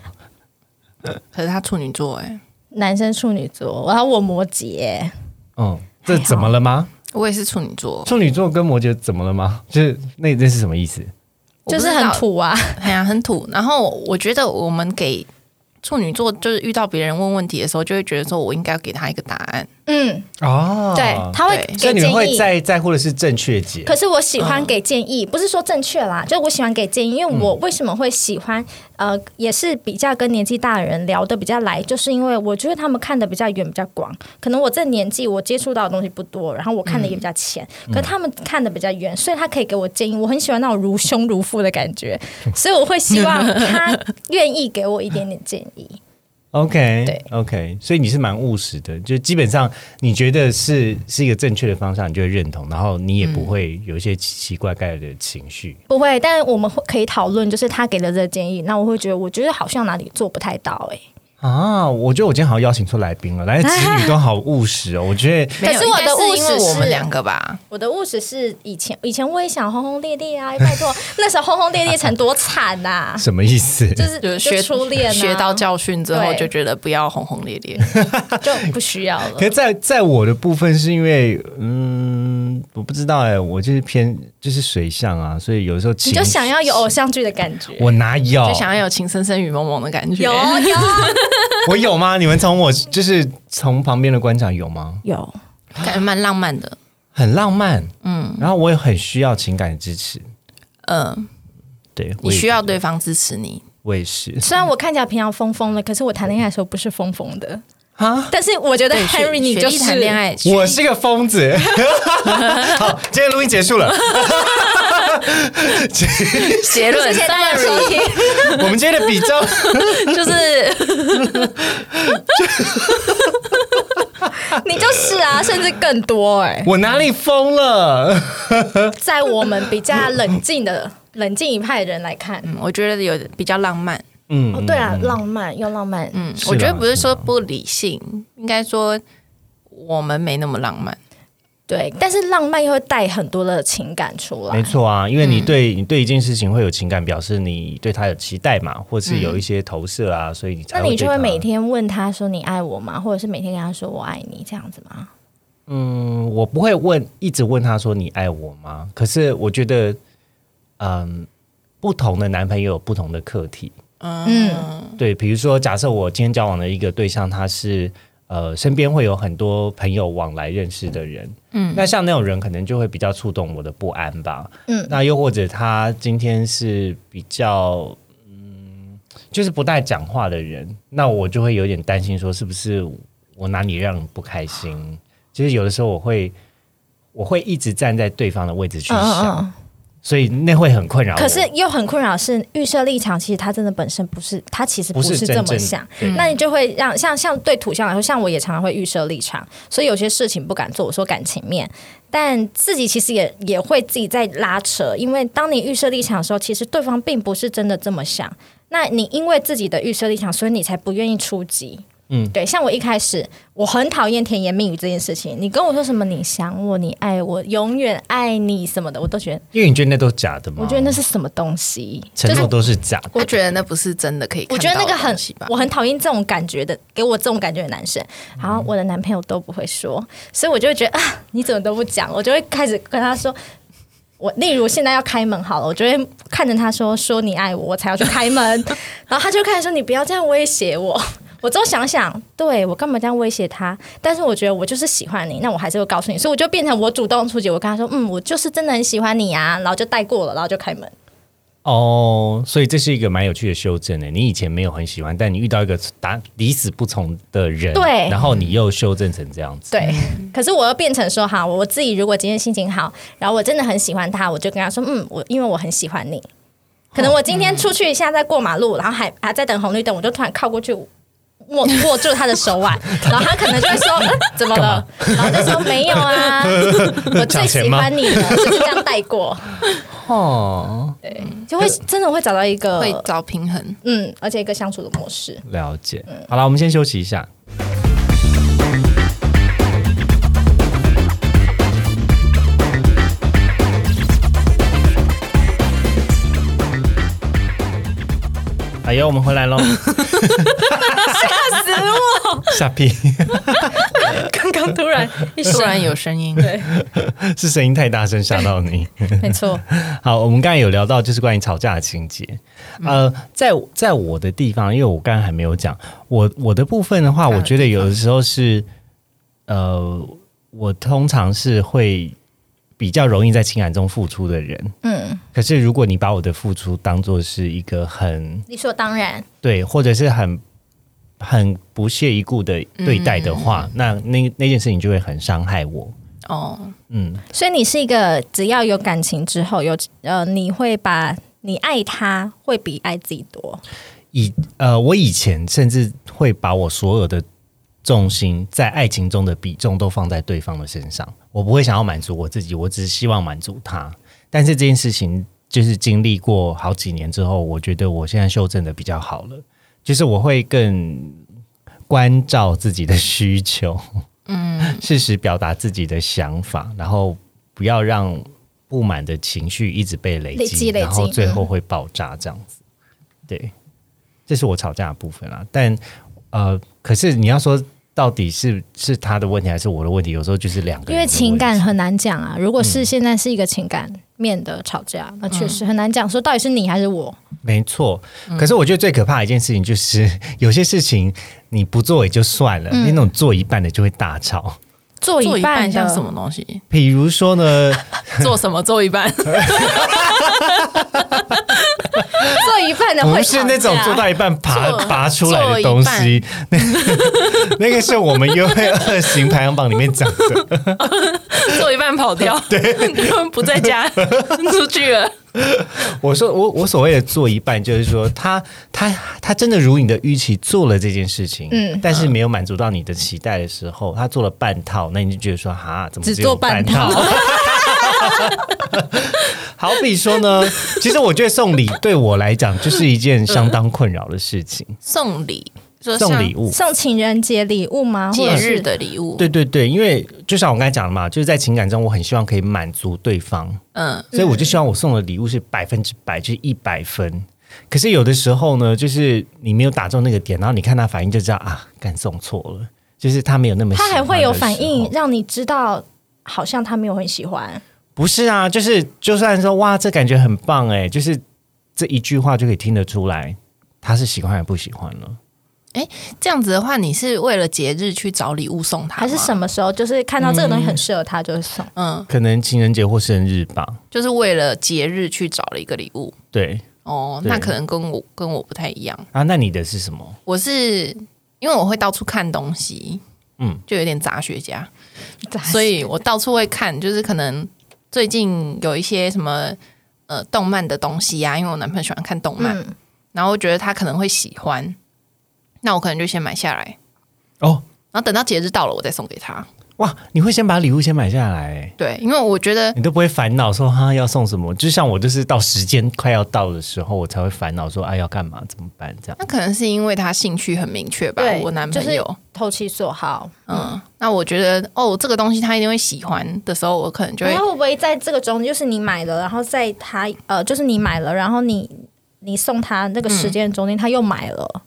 [SPEAKER 3] 可是他处女座，哎，
[SPEAKER 2] 男生处女座，然后我摩羯，
[SPEAKER 4] 嗯，这怎么了吗？
[SPEAKER 3] 我也是处女座，
[SPEAKER 4] 处女座跟摩羯怎么了吗？就是那那是什么意思？
[SPEAKER 2] 就是很土啊。
[SPEAKER 3] 哎呀，很土。然后我觉得我们给处女座就是遇到别人问问题的时候，就会觉得说我应该要给他一个答案。
[SPEAKER 2] 嗯，
[SPEAKER 4] 哦，
[SPEAKER 2] 对，他会
[SPEAKER 3] 对
[SPEAKER 2] 给
[SPEAKER 4] 所以
[SPEAKER 2] 建
[SPEAKER 4] 你们会
[SPEAKER 2] 议。
[SPEAKER 4] 在在乎的是正确解，
[SPEAKER 2] 可是我喜欢给建议，不是说正确啦，就是我喜欢给建议，因为我为什么会喜欢，呃，也是比较跟年纪大的人聊的比较来，就是因为我觉得他们看的比较远、比较广。可能我这年纪我接触到的东西不多，然后我看的也比较浅，可他们看的比较远，所以他可以给我建议。我很喜欢那种如兄如父的感觉，所以我会希望他愿意给我一点点建议。
[SPEAKER 4] OK，
[SPEAKER 2] 对
[SPEAKER 4] ，OK，所以你是蛮务实的，就基本上你觉得是是一个正确的方向，你就会认同，然后你也不会有一些奇奇怪怪的情绪。
[SPEAKER 2] 不会，但我们会可以讨论，就是他给的这个建议，那我会觉得，我觉得好像哪里做不太到哎、
[SPEAKER 4] 啊，我觉得我今天好像邀请出来宾了，来的子女都好务实哦。我觉 得
[SPEAKER 2] 可是
[SPEAKER 3] 没有
[SPEAKER 2] 我的
[SPEAKER 3] 应该
[SPEAKER 2] 务
[SPEAKER 3] 因为
[SPEAKER 2] 实
[SPEAKER 3] 我们
[SPEAKER 2] 是
[SPEAKER 3] 两个吧，
[SPEAKER 2] 我的务实是以前，以前我也想轰轰烈烈啊， 拜托，那时候轰轰烈烈成多惨呐、
[SPEAKER 4] 什么意思？
[SPEAKER 2] 就是
[SPEAKER 3] 就是
[SPEAKER 2] 就
[SPEAKER 3] 学
[SPEAKER 2] 初恋、啊，
[SPEAKER 3] 学到教训之后
[SPEAKER 2] 对
[SPEAKER 3] 就觉得不要轰轰烈 烈。
[SPEAKER 2] 就不需要 了
[SPEAKER 4] 可。是在在我的部分是因为，嗯，我不知道哎、我就是偏就是水象啊，所以有时候
[SPEAKER 2] 你
[SPEAKER 4] 情
[SPEAKER 2] 就想要有偶像剧的感觉，
[SPEAKER 4] 我哪有？
[SPEAKER 3] 就想要有情深深雨蒙蒙的感觉。
[SPEAKER 2] 哦有啊有
[SPEAKER 4] 我有吗？你们从我就是从旁边的观察有吗？
[SPEAKER 2] 有，
[SPEAKER 3] 感觉蛮浪漫的。
[SPEAKER 4] 很浪漫，嗯，然后我也很需要情感的支持，
[SPEAKER 3] 嗯，
[SPEAKER 4] 对，
[SPEAKER 3] 你
[SPEAKER 4] 我也
[SPEAKER 3] 需要对方支持你，
[SPEAKER 4] 我也是
[SPEAKER 2] 虽然我看起来平常疯疯的，可是我谈恋爱的时候不是疯疯的，
[SPEAKER 4] 啊，
[SPEAKER 2] 但是我觉得
[SPEAKER 3] 对雪
[SPEAKER 2] Henry 你
[SPEAKER 3] 雪
[SPEAKER 2] 就
[SPEAKER 3] 莉
[SPEAKER 2] 是
[SPEAKER 3] 谈恋爱，
[SPEAKER 4] 我是个疯 子。好，今天录音结束了，
[SPEAKER 3] 结论
[SPEAKER 2] 谢谢大家收听，
[SPEAKER 4] 我们今天的比较
[SPEAKER 3] 就是
[SPEAKER 2] 你就是 啊，甚至更多哎、
[SPEAKER 4] 我哪里疯了？
[SPEAKER 2] 在我们比较冷静的冷静一派的人来看，
[SPEAKER 3] 嗯我觉得有比较浪漫。
[SPEAKER 4] 嗯
[SPEAKER 2] 哦，对啊，浪漫又浪漫，
[SPEAKER 3] 嗯
[SPEAKER 4] 是，啦
[SPEAKER 3] 我觉得不是说不理性，应该说我们没那么浪漫。
[SPEAKER 2] 对，但是浪漫又会带很多的情感出
[SPEAKER 4] 没
[SPEAKER 2] 来。
[SPEAKER 4] 错啊，因为
[SPEAKER 2] 嗯
[SPEAKER 4] 你对、你对一件事情会有情感，表示你对它有期待嘛，或是有一些投射啊，所以你才
[SPEAKER 2] 嗯那你就
[SPEAKER 4] 对
[SPEAKER 2] 会
[SPEAKER 4] 它
[SPEAKER 2] 每天问他说你爱我吗？或者是每天跟他说我爱你这样子吗？
[SPEAKER 4] 嗯，我不会问，一直问他说你爱我吗？可是我觉得，嗯，不同的男朋友有不同的课题。
[SPEAKER 2] 嗯
[SPEAKER 4] 对，比如说，假设我今天交往的一个对象，他是呃身边会有很多朋友往来认识的人，嗯，那像那种人可能就会比较触动我的不安吧，嗯
[SPEAKER 2] 嗯，
[SPEAKER 4] 那又或者他今天是比较嗯，就是不太讲话的人，那我就会有点担心，说是不是我哪里让你不开心？其实有的时候我会。我会一直站在对方的位置去
[SPEAKER 2] 嗯嗯
[SPEAKER 4] 想，
[SPEAKER 2] 嗯。
[SPEAKER 4] 所以那会很困扰我。
[SPEAKER 2] 可是又很困扰是预设立场，其实他真的本身不是，他其实不
[SPEAKER 4] 不是
[SPEAKER 2] 是
[SPEAKER 4] 真
[SPEAKER 2] 这
[SPEAKER 4] 正
[SPEAKER 2] 么想。
[SPEAKER 4] 对
[SPEAKER 2] 那你就会让像像对土象来说，像我也常常会预设立场，所以有些事情不敢做。我说感情面，但自己其实也也会自己在拉扯，因为当你预设立场的时候，其实对方并不是真的这么想。那你因为自己的预设立场，所以你才不愿意出击。
[SPEAKER 4] 嗯
[SPEAKER 2] 嗯，对，像我一开始我很讨厌甜言蜜语这件事情。你跟我说什么你想我、你爱我、永远爱你什么的，我都觉得
[SPEAKER 4] 因为你觉得那都假的吗？
[SPEAKER 2] 我觉得那是什么东西？
[SPEAKER 4] 承诺都是假的。
[SPEAKER 3] 我觉得那不是真的可以
[SPEAKER 2] 我
[SPEAKER 3] 看到
[SPEAKER 2] 觉
[SPEAKER 3] 的
[SPEAKER 2] 得那个很
[SPEAKER 3] 东西吧，
[SPEAKER 2] 我很讨厌这种感觉的，给我这种感觉的男生。然后我的男朋友都不会说，所以我就会觉得啊，你怎么都不讲？我就会开始跟他说。我例如现在要开门好了，我就会看着他说说你爱我，我才要去开 门。然后他就开始说你不要这样威胁我。我之后想想，对我干嘛这样威胁他？但是我觉得我就是喜欢你，那我还是会告诉你，所以我就变成我主动出击。我跟他说，嗯，我就是真的很喜欢你啊，然后就带过了，然后就开门。
[SPEAKER 4] 哦，所以这是一个蛮有趣的修正欸诶。你以前没有很喜欢，但你遇到一个打抵死不从的人，
[SPEAKER 2] 对
[SPEAKER 4] 然后你又修正成这样子。
[SPEAKER 2] 对， 可是我又变成说，哈，我自己如果今天心情好，然后我真的很喜欢他，我就跟他说，嗯，我因为我很喜欢你，可能我今天出去一下，在过马路，然后还啊还在等红绿灯，我就突然靠过去。握握住他的手腕，然后他可能就会说、呃怎么了？然后就说没有 啊，我最
[SPEAKER 4] 抢钱
[SPEAKER 2] 喜
[SPEAKER 4] 吗
[SPEAKER 2] 欢你了，就是这样带 过，
[SPEAKER 4] 哦，
[SPEAKER 2] 就会真的会找到一个
[SPEAKER 3] 会找平衡。
[SPEAKER 2] 嗯，而且一个相处的模式。
[SPEAKER 4] 了解。好了，我们先休息一下。
[SPEAKER 5] 哎呦，我们回来喽！
[SPEAKER 2] 吓 死我！
[SPEAKER 4] 下屁
[SPEAKER 2] 刚刚突然一
[SPEAKER 3] 突
[SPEAKER 2] 闪，
[SPEAKER 3] 然有声音，
[SPEAKER 2] 对，
[SPEAKER 4] 是声音太大声吓到你。
[SPEAKER 2] 没错，
[SPEAKER 4] 好，我们刚才有聊到就是关于吵架的情节，呃，在在我的地方，因为我刚才还没有讲，我我的部分的话，
[SPEAKER 3] 他的
[SPEAKER 4] 我觉得有的时候是，呃，我通常是会比较容易在情感中付出的人，
[SPEAKER 2] 嗯，
[SPEAKER 4] 可是如果你把我的付出当做是一个很
[SPEAKER 2] 理所当然，
[SPEAKER 4] 对，或者是很很不屑一顾的对待的话，那那那件事情就会很伤害我，
[SPEAKER 3] 哦，
[SPEAKER 4] 嗯，
[SPEAKER 2] 所以你是一个只要有感情之后有呃，你会把你爱他会比爱自己多。
[SPEAKER 4] 以呃，我以前甚至会把我所有的重心在爱情中的比重都放在对方的身上，我不会想要满足我自己，我只是希望满足他。但是这件事情就是经历过好几年之后，我觉得我现在修正的比较好了，就是我会更关照自己的需求，嗯，适时表达自己的想法，然后不要让不满的情绪一直被累积，
[SPEAKER 2] 累积累积嗯
[SPEAKER 4] 然后最后会爆炸这样子。对，这是我吵架的部分啦。但呃，可是你要说到底是是他的问题还是我的问题，有时候就是两个人的
[SPEAKER 2] 因为
[SPEAKER 4] 问题，
[SPEAKER 2] 情感很难讲啊。如果是现在是一个情感面的吵架，那确实很难讲，说到底是你还是我。
[SPEAKER 4] 没错，
[SPEAKER 2] 嗯
[SPEAKER 4] 可是我觉得最可怕的一件事情就是， 有些事情你不做也就算了，
[SPEAKER 2] 嗯
[SPEAKER 4] 你那种做一半的就会大吵。
[SPEAKER 2] 做
[SPEAKER 3] 做
[SPEAKER 2] 一
[SPEAKER 3] 一半
[SPEAKER 2] 半
[SPEAKER 3] 像
[SPEAKER 2] 的
[SPEAKER 3] 什么东西？
[SPEAKER 4] 比如说 呢，
[SPEAKER 3] 做什么做 一半？
[SPEAKER 2] 做一半的
[SPEAKER 4] 不
[SPEAKER 2] 会
[SPEAKER 4] 是那种做到一半 爬
[SPEAKER 3] 做
[SPEAKER 4] 拔出来的东西，那 那个是我们约会二型排行榜里面讲的。
[SPEAKER 3] 做一半跑 掉，对，不在家，出去了。
[SPEAKER 4] 我说我我所谓的做一半，就是说他他他真的如你的预期做了这件事情，
[SPEAKER 2] 嗯
[SPEAKER 4] 但是没有满足到你的期待的时候，他做了半套，那你就觉得说哈，怎么
[SPEAKER 2] 只
[SPEAKER 4] 有
[SPEAKER 2] 做半
[SPEAKER 4] 套？ 好比说呢，其实我觉得送礼对我来讲就是一件相当困扰的事情，
[SPEAKER 2] 嗯
[SPEAKER 3] 送礼，说
[SPEAKER 4] 送
[SPEAKER 3] 像
[SPEAKER 4] 礼物。
[SPEAKER 2] 送情人节礼物吗？或
[SPEAKER 3] 节
[SPEAKER 2] 者
[SPEAKER 3] 日
[SPEAKER 2] 是
[SPEAKER 3] 的礼物，
[SPEAKER 4] 对对对，因为就像我刚才讲的嘛，就是在情感中，我很希望可以满足对方，
[SPEAKER 3] 嗯，
[SPEAKER 4] 所以我就希望我送的礼物是百分之百，就是一百分。可是有的时候呢，就是你没有打中那个点，然后你看他反应就知道啊，敢送错了，就是他没有那么喜
[SPEAKER 2] 他
[SPEAKER 4] 欢
[SPEAKER 2] 还会有反
[SPEAKER 4] 的时
[SPEAKER 2] 应，
[SPEAKER 4] 候。
[SPEAKER 2] 让你知道好像他没有很喜欢。
[SPEAKER 4] 不是啊，就是就算说哇，这感觉很棒哎，就是这一句话就可以听得出来他是喜欢还是不喜欢了。
[SPEAKER 3] 这样子的话，你是为了节日去找礼物送他，
[SPEAKER 2] 还是什？么时候，就是看到这个东西很适合他，就会送。
[SPEAKER 3] 嗯，
[SPEAKER 4] 可能情人节或生日吧，
[SPEAKER 3] 就是为了节日去找了一个礼物。
[SPEAKER 4] 对
[SPEAKER 3] 哦，
[SPEAKER 4] 对
[SPEAKER 3] 那可能跟我跟我不太一样，
[SPEAKER 4] 啊，那你的是什么？
[SPEAKER 3] 我是因为我会到处看东西，
[SPEAKER 4] 嗯
[SPEAKER 3] 嗯，就有点杂学家，所以我到处会看，就是可能最近有一些什么呃动漫的东西啊，因为我男朋友喜欢看动漫，
[SPEAKER 2] 嗯，
[SPEAKER 3] 然后我觉得他可能会喜欢，那我可能就先买下来，
[SPEAKER 4] 哦，
[SPEAKER 3] 然后等到节日到了我再送给他。
[SPEAKER 4] 哇，你会先把礼物先买下来欸，
[SPEAKER 3] 对，因为我觉得
[SPEAKER 4] 你都不会烦恼说哈要送什么？就像我，就是到时间快要到的时候，我才会烦恼说哎、要干嘛怎么办这样。
[SPEAKER 3] 那可能是因为他兴趣很明确吧
[SPEAKER 2] 对，
[SPEAKER 3] 我男朋友。
[SPEAKER 2] 投其所好。
[SPEAKER 3] 嗯，那我觉得哦，这个东西他一定会喜欢的时候，我可能就会
[SPEAKER 2] 然后会不会在这个中间，就是你买了，然后在他呃，就是你买了，然后你你送他那个时间中间，他又买了，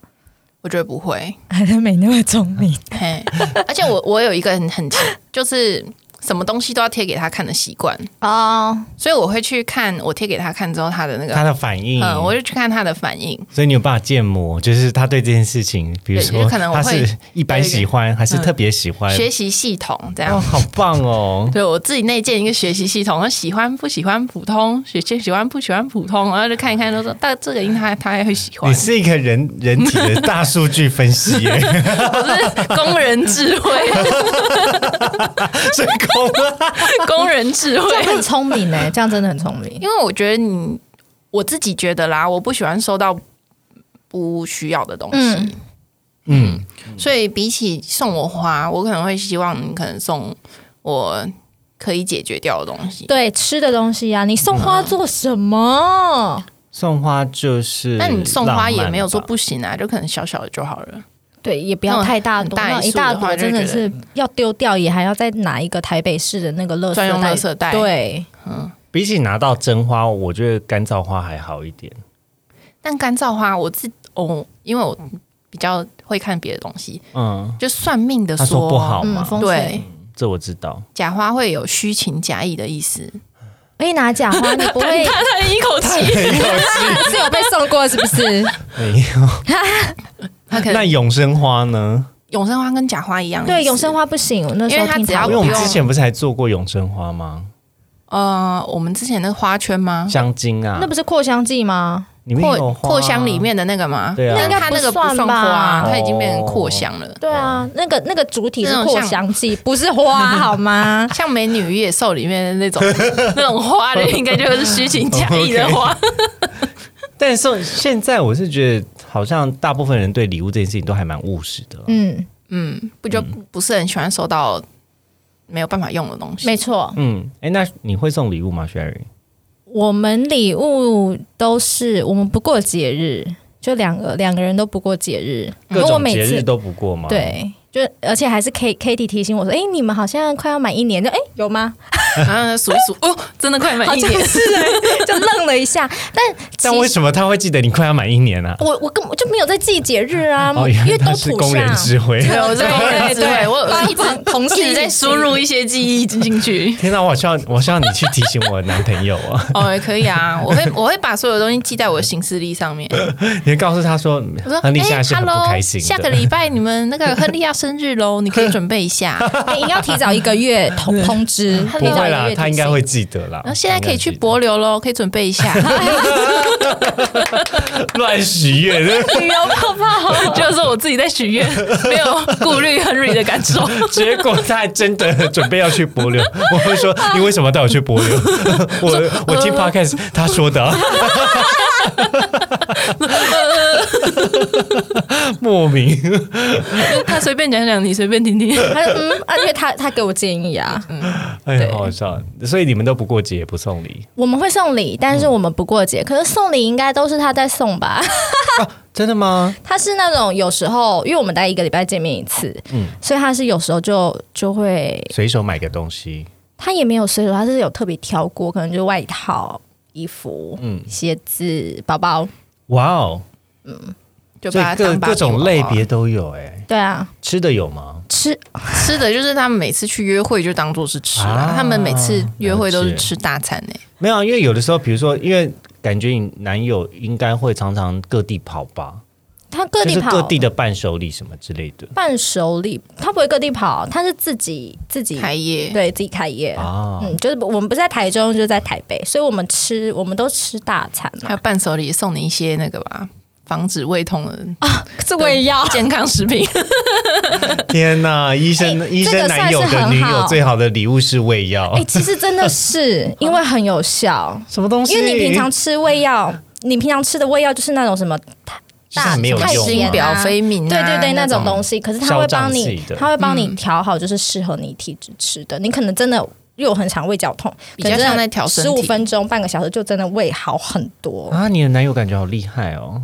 [SPEAKER 3] 我觉得不会，
[SPEAKER 2] 还是没那么聪明。
[SPEAKER 3] 嘿，而且我我有一个很很就是什么东西都要贴给他看的习惯，
[SPEAKER 2] 哦，
[SPEAKER 3] 所以我会去看我贴给他看之后他的那
[SPEAKER 4] 他
[SPEAKER 3] 个，
[SPEAKER 4] 的反应，
[SPEAKER 3] 嗯，我就去看他的反应。
[SPEAKER 4] 所以你有办法建模，就是他对这件事情，比如
[SPEAKER 3] 对
[SPEAKER 4] 说
[SPEAKER 3] 就可能我
[SPEAKER 4] 他
[SPEAKER 3] 会
[SPEAKER 4] 是一般喜欢还是特别喜欢，
[SPEAKER 3] 嗯学习系统这样。
[SPEAKER 4] 哦，好棒 哦！
[SPEAKER 3] 对我自己内建一个学习系统，那喜欢不喜欢普通，喜喜欢不喜欢普通，然后就看一看，就说，但这个应该他他还会喜欢
[SPEAKER 4] 你，是一个人人体的大数据分析耶，
[SPEAKER 3] 我是工人智慧，
[SPEAKER 4] 成功了。
[SPEAKER 3] 工人智慧
[SPEAKER 2] 这，样很聪明 哎、这样真的很聪明。
[SPEAKER 3] 因为我觉得你我自己觉得啦，我不喜欢收到不需要的东西，
[SPEAKER 2] 嗯
[SPEAKER 4] 嗯，
[SPEAKER 3] 所以比起送我花，我可能会希望你可能送我可以解决掉的东西。
[SPEAKER 2] 对吃的东西啊，你送花做什么？
[SPEAKER 4] 送花就是，
[SPEAKER 3] 但你送花也没有说。不行啊，就可能小小的就好了。
[SPEAKER 2] 对，也不要太大朵，那
[SPEAKER 3] 那种哦
[SPEAKER 2] 种一
[SPEAKER 3] 很大一束的
[SPEAKER 2] 大
[SPEAKER 3] 话
[SPEAKER 2] 朵
[SPEAKER 3] 就会
[SPEAKER 2] 真的
[SPEAKER 3] 觉得
[SPEAKER 2] 是要丢掉，也还要再拿一个台北市的那个垃圾
[SPEAKER 3] 专用
[SPEAKER 2] 袋
[SPEAKER 3] 垃圾袋
[SPEAKER 2] 对，
[SPEAKER 4] 比起拿到真花，我觉得干燥花还好一点。
[SPEAKER 3] 但干燥花我自哦，因为我比较会看别的东西，
[SPEAKER 6] 嗯，
[SPEAKER 3] 就算命的
[SPEAKER 6] 他说不好
[SPEAKER 2] 嗯，
[SPEAKER 6] 嘛，
[SPEAKER 2] 风水
[SPEAKER 3] 对，
[SPEAKER 6] 这我知道。
[SPEAKER 3] 假花会有虚情假意的意思。
[SPEAKER 2] 我一哎拿假花，你不 会
[SPEAKER 3] 他叹一口气，
[SPEAKER 2] 是有被送过是不是？
[SPEAKER 4] 没有。
[SPEAKER 3] 他可
[SPEAKER 4] 那
[SPEAKER 3] 能
[SPEAKER 4] 永生花呢？
[SPEAKER 3] 永生花跟假花一样的意思，
[SPEAKER 2] 对，永生花不行，我那时
[SPEAKER 3] 因
[SPEAKER 2] 候
[SPEAKER 3] 为它
[SPEAKER 2] 听
[SPEAKER 3] 只
[SPEAKER 2] 他
[SPEAKER 3] 要
[SPEAKER 4] 因为我
[SPEAKER 2] 们
[SPEAKER 3] 啊不
[SPEAKER 4] 们
[SPEAKER 3] 用
[SPEAKER 4] 之前不是还做过永生花吗？
[SPEAKER 3] 呃，我们之前那个花圈吗？
[SPEAKER 4] 香精啊
[SPEAKER 2] 那，不是扩香剂吗？
[SPEAKER 4] 里面有
[SPEAKER 3] 扩
[SPEAKER 4] 花啊
[SPEAKER 3] 扩香里面的那个吗？
[SPEAKER 4] 对啊
[SPEAKER 3] 但它那个不
[SPEAKER 2] 那应该
[SPEAKER 3] 算花啊，
[SPEAKER 2] 不算吧
[SPEAKER 3] 它已经变成扩香了。
[SPEAKER 2] 对啊，
[SPEAKER 4] 哦
[SPEAKER 2] 那个那个主体
[SPEAKER 3] 那
[SPEAKER 2] 是
[SPEAKER 3] 种
[SPEAKER 2] 扩
[SPEAKER 3] 像
[SPEAKER 2] 香剂，不是花好 吗？
[SPEAKER 3] 像《美女与野兽》里面的那 种那种花的，应该就是虚情假意的 花。
[SPEAKER 4] 但是现在我是觉得，好像大部分人对礼物这件事情都还蛮务实的。
[SPEAKER 2] 嗯，
[SPEAKER 3] 嗯，不就不是很喜欢收到没有办法用的东西。
[SPEAKER 2] 没错，
[SPEAKER 4] 嗯，哎、那你会送礼物吗，Sherry？
[SPEAKER 2] 我们礼物都是我们不过节日，就两个两个人都不过节日，
[SPEAKER 4] 各
[SPEAKER 2] 因
[SPEAKER 3] 嗯
[SPEAKER 2] 为我
[SPEAKER 4] 种
[SPEAKER 2] 每
[SPEAKER 4] 节日
[SPEAKER 2] 次
[SPEAKER 4] 都啊不过吗？，
[SPEAKER 2] 对。就而且还是 K K T 提醒我说，哎、你们好像快要满一年，就哎、诶有吗？
[SPEAKER 3] 然后数一数，哦，真的快满
[SPEAKER 2] 好
[SPEAKER 3] 一
[SPEAKER 2] 像
[SPEAKER 3] 年。
[SPEAKER 2] 是、诶就愣了一下。 但
[SPEAKER 4] 但
[SPEAKER 2] 其
[SPEAKER 4] 为
[SPEAKER 2] 实
[SPEAKER 4] 什么他会记得你快要满一年啊？
[SPEAKER 2] 我我根本就没有在记节日
[SPEAKER 3] 嗯
[SPEAKER 2] 啊，
[SPEAKER 4] 哦，
[SPEAKER 2] 因
[SPEAKER 4] 原
[SPEAKER 2] 为
[SPEAKER 4] 来
[SPEAKER 2] 都
[SPEAKER 4] 他是
[SPEAKER 2] 土
[SPEAKER 4] 工人
[SPEAKER 2] 象。
[SPEAKER 3] 啊
[SPEAKER 4] 智慧。。
[SPEAKER 3] 对，我在对对，我我
[SPEAKER 2] 一直同
[SPEAKER 3] 一直在输入一些记忆进去
[SPEAKER 4] 天哪，我需要我需要你去提醒我男朋友啊！
[SPEAKER 3] 哦，也可以啊，我会我会把所有东西记在我的行事历上面。
[SPEAKER 4] 你告诉他说
[SPEAKER 3] 我说，，
[SPEAKER 4] 亨利现
[SPEAKER 3] 哎
[SPEAKER 4] 在是很不
[SPEAKER 3] hello，
[SPEAKER 4] 开心的。
[SPEAKER 3] 下个礼拜你们那个 亨利要生日喽，你可以准备 一下。
[SPEAKER 2] 你要提 早一个月通通 知，
[SPEAKER 4] 不
[SPEAKER 2] 提早
[SPEAKER 4] 会
[SPEAKER 2] 一个
[SPEAKER 4] 啦
[SPEAKER 2] 月，
[SPEAKER 4] 他应该
[SPEAKER 2] 提醒
[SPEAKER 4] 会记得啦。
[SPEAKER 3] 然后现在可以去
[SPEAKER 4] 博
[SPEAKER 3] 博流喽，可以准备一下。
[SPEAKER 4] 乱许愿，
[SPEAKER 2] 旅游泡泡。
[SPEAKER 3] 就是我自己在许愿，没有顾虑 Henry 的感 受。
[SPEAKER 4] 结果他还真的准备要去博流。我会 说，你为什么带我去博流？ 我我
[SPEAKER 3] 呃
[SPEAKER 4] 听 podcast 他说的 啊、莫名。
[SPEAKER 3] 他随便讲讲，你随便 听听。
[SPEAKER 2] 他说嗯，而且他他给我建议啊，
[SPEAKER 4] 哎呀，好好笑！所以你们都不过节，也不送礼，
[SPEAKER 2] 我们会送礼，但
[SPEAKER 4] 嗯
[SPEAKER 2] 是我们不过节。可是送礼应该都是他在送吧？
[SPEAKER 4] 真的吗？
[SPEAKER 2] 他是那种有时候，因为我们大概一个礼拜见面一次，嗯，所以他是有时候就就会，
[SPEAKER 4] 随手买个东西，
[SPEAKER 2] 他也没有随手，他是有特别挑过，可能就外套、衣服、
[SPEAKER 4] 嗯，
[SPEAKER 2] 鞋子、包包，
[SPEAKER 4] 哇哦！
[SPEAKER 3] 就
[SPEAKER 4] 所以
[SPEAKER 3] 把它
[SPEAKER 4] 各
[SPEAKER 3] 当芭比
[SPEAKER 4] 各种
[SPEAKER 3] 娃娃
[SPEAKER 4] 类别都有、哎，
[SPEAKER 2] 对啊，
[SPEAKER 4] 吃的有吗？
[SPEAKER 2] 吃
[SPEAKER 3] 吃的，就是他们每次去约会就当做是吃啊
[SPEAKER 4] 啊。
[SPEAKER 3] 他们每次约会都
[SPEAKER 4] 了
[SPEAKER 3] 是
[SPEAKER 4] 解
[SPEAKER 3] 吃大餐欸诶。
[SPEAKER 4] 没有啊，因为有的时候，比如说，因为感觉你男友应该会常常各地跑吧，
[SPEAKER 2] 他各地
[SPEAKER 4] 就是
[SPEAKER 2] 跑，
[SPEAKER 4] 各地的伴手礼什么之类的
[SPEAKER 2] 伴手礼，他不会各地跑，他是自己自己
[SPEAKER 3] 开业
[SPEAKER 2] 对自己开业。
[SPEAKER 4] 啊。
[SPEAKER 2] 嗯，就是我们不是在台中，就是在台北，所以我们吃，我们都吃大餐啊
[SPEAKER 3] 还
[SPEAKER 2] 嘛
[SPEAKER 3] 有，伴手礼送你一些那个吧，防止胃痛的
[SPEAKER 2] 这胃药。
[SPEAKER 3] 健康食品。
[SPEAKER 4] 天 哪，医生、
[SPEAKER 2] 哎
[SPEAKER 4] 医生男友
[SPEAKER 2] 这
[SPEAKER 4] 的
[SPEAKER 2] 个算是
[SPEAKER 4] 女
[SPEAKER 2] 很
[SPEAKER 4] 友
[SPEAKER 2] 好
[SPEAKER 4] 最好的礼物是胃药，
[SPEAKER 2] 哎、其实真的 是因为很有
[SPEAKER 3] 哦
[SPEAKER 2] 效，
[SPEAKER 4] 什么东西？
[SPEAKER 2] 因为你平常吃胃药，你平常吃的胃药就是那种什么，
[SPEAKER 4] 就是很没 有
[SPEAKER 2] 大
[SPEAKER 3] 太
[SPEAKER 2] 太
[SPEAKER 4] 用
[SPEAKER 2] 咸
[SPEAKER 3] 心
[SPEAKER 4] 啊。
[SPEAKER 2] 了
[SPEAKER 3] 表非敏、啊，
[SPEAKER 2] 对对对，那种
[SPEAKER 3] 西。
[SPEAKER 2] 东西。可是它
[SPEAKER 4] 消
[SPEAKER 2] 会
[SPEAKER 4] 胀
[SPEAKER 2] 帮
[SPEAKER 4] 气
[SPEAKER 2] 你
[SPEAKER 4] 的，
[SPEAKER 2] 它会帮
[SPEAKER 3] 嗯
[SPEAKER 2] 你调好，就是适合你体质吃的。你可能真的因为我很常胃绞痛，
[SPEAKER 3] 比较像在调身
[SPEAKER 2] 十
[SPEAKER 3] 体
[SPEAKER 2] 五分钟、半个小时就真的胃好很 多。
[SPEAKER 4] 啊，你的男友感觉好厉害哦！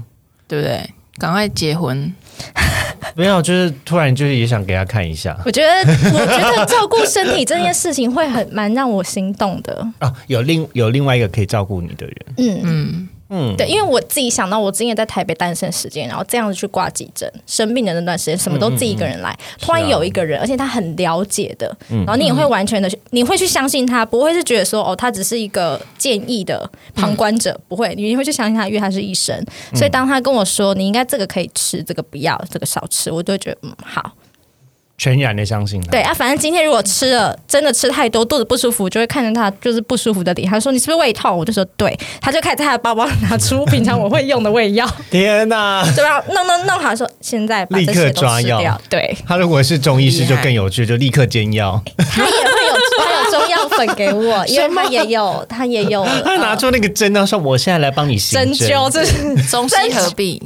[SPEAKER 3] 对不对？赶快结婚，
[SPEAKER 4] 没有，就是突然就是也想给他看一下
[SPEAKER 2] 我觉得，我觉得照顾身体这件事情会很蛮让我心动的。
[SPEAKER 4] 啊，有另有另外一个可以照顾你的人，
[SPEAKER 2] 嗯，
[SPEAKER 3] 嗯，
[SPEAKER 4] 嗯，
[SPEAKER 2] 对，因为我自己想到我之前在台北单身时间，然后这样子去挂急诊，生病的那段时间，什么都自己一个人来，突然有一个人，而且他很了解的，然后你也会完全的去，你会去相信他，不会是觉得说哦，他只是一个建议的旁观者，不会，你会去相信他，因为他是医生。所以当他跟我说你应该这个可以吃，这个不要，这个少吃，我都会觉得嗯好。
[SPEAKER 4] 全然的相信他。
[SPEAKER 2] 对啊，反正今天如果吃了，真的吃太多，肚子不舒服，就会看见他就是不舒服的脸。他说：“你是不是胃痛？”我就说：“对。”他就开始在他的包包拿出平常我会用的胃药，
[SPEAKER 4] 天哪！
[SPEAKER 2] 对吧？弄弄弄好，说现在把
[SPEAKER 4] 立
[SPEAKER 2] 这
[SPEAKER 4] 刻
[SPEAKER 2] 些都
[SPEAKER 4] 抓
[SPEAKER 2] 吃
[SPEAKER 4] 药
[SPEAKER 2] 掉。对，
[SPEAKER 4] 他如果是中医师
[SPEAKER 3] 厉
[SPEAKER 4] 就
[SPEAKER 3] 害
[SPEAKER 4] 更有趣，就立刻哦煎药。
[SPEAKER 2] 他也会有他有中药粉给我， 因为他也有他也有呃
[SPEAKER 4] 他拿出那个针，他说：“我现在来帮你行
[SPEAKER 2] 哎哦针灸，这是
[SPEAKER 3] 中西合璧，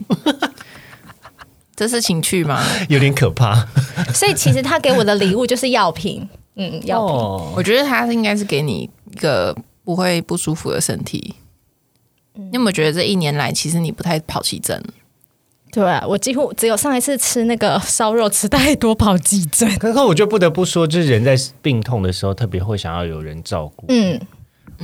[SPEAKER 3] 这是情趣吗？
[SPEAKER 4] 有点可怕。
[SPEAKER 2] 所以其实他给我的礼物就是药品，嗯， 药品。
[SPEAKER 4] 哦，
[SPEAKER 3] 我觉得他应该是给你一个不会不舒服的身体。
[SPEAKER 2] 嗯
[SPEAKER 3] 你有没有觉得这一年来，其实你不太跑急诊？
[SPEAKER 2] 对啊，我几乎只有上一次吃那个烧肉吃太多跑急诊。
[SPEAKER 4] 可是我就不得不说，就是人在病痛的时候，特别会想要有人照顾。
[SPEAKER 2] 嗯，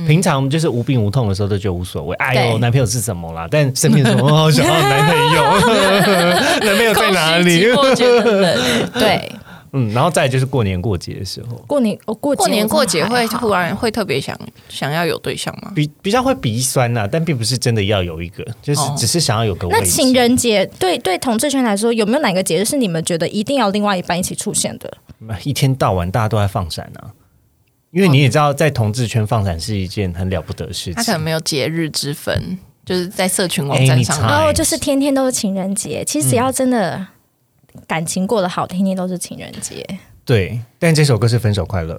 [SPEAKER 4] 平常就是无病无痛的时候都觉得无所谓，哎呦，
[SPEAKER 3] 对
[SPEAKER 4] 男朋友是怎么啦？但身边说，我好想要男朋友，男朋友在哪里？
[SPEAKER 3] 我觉得冷。
[SPEAKER 2] 对，
[SPEAKER 4] 嗯，然后再来就是过年过节的时候，
[SPEAKER 2] 过年哦，过
[SPEAKER 3] 过年过节会
[SPEAKER 2] 突
[SPEAKER 3] 突然会特别想想要有对象吗？
[SPEAKER 4] 比比较会鼻酸呐、但并不是真的要有一个，就是
[SPEAKER 3] 哦
[SPEAKER 4] 只是想要有个位置。
[SPEAKER 2] 那情人节对对同志圈来说，有没有哪个节日是你们觉得一定要另外一半一起出现的？
[SPEAKER 4] 一天到晚大家都在放闪啊，因为你也知道，在同志圈放闪是一件很了不得的事
[SPEAKER 3] 他可
[SPEAKER 4] 情
[SPEAKER 3] 能。没有节日之分，就是在社群网
[SPEAKER 4] 哎
[SPEAKER 3] 站
[SPEAKER 4] 你
[SPEAKER 3] 上
[SPEAKER 4] 查
[SPEAKER 2] 然
[SPEAKER 4] 哎
[SPEAKER 2] 后就是天天都是情人节，其实只要真的感情过得好，天天都是情人节。
[SPEAKER 4] 对，但这首歌是《分手快乐》，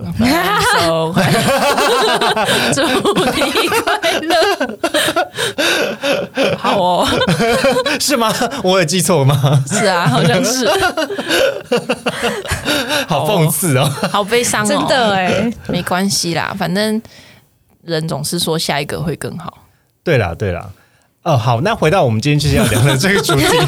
[SPEAKER 3] 收， 祝你快乐。好哦，
[SPEAKER 4] 是吗？我有记错吗？
[SPEAKER 3] 是啊，好像是，
[SPEAKER 4] 好讽刺哦！
[SPEAKER 3] 好悲伤哦。
[SPEAKER 2] 真的哎，
[SPEAKER 3] 没关系啦，反正人总是说下一个会更好。
[SPEAKER 4] 对啦，对啦。哦，好，那回到我们今天就是要聊的这个主题。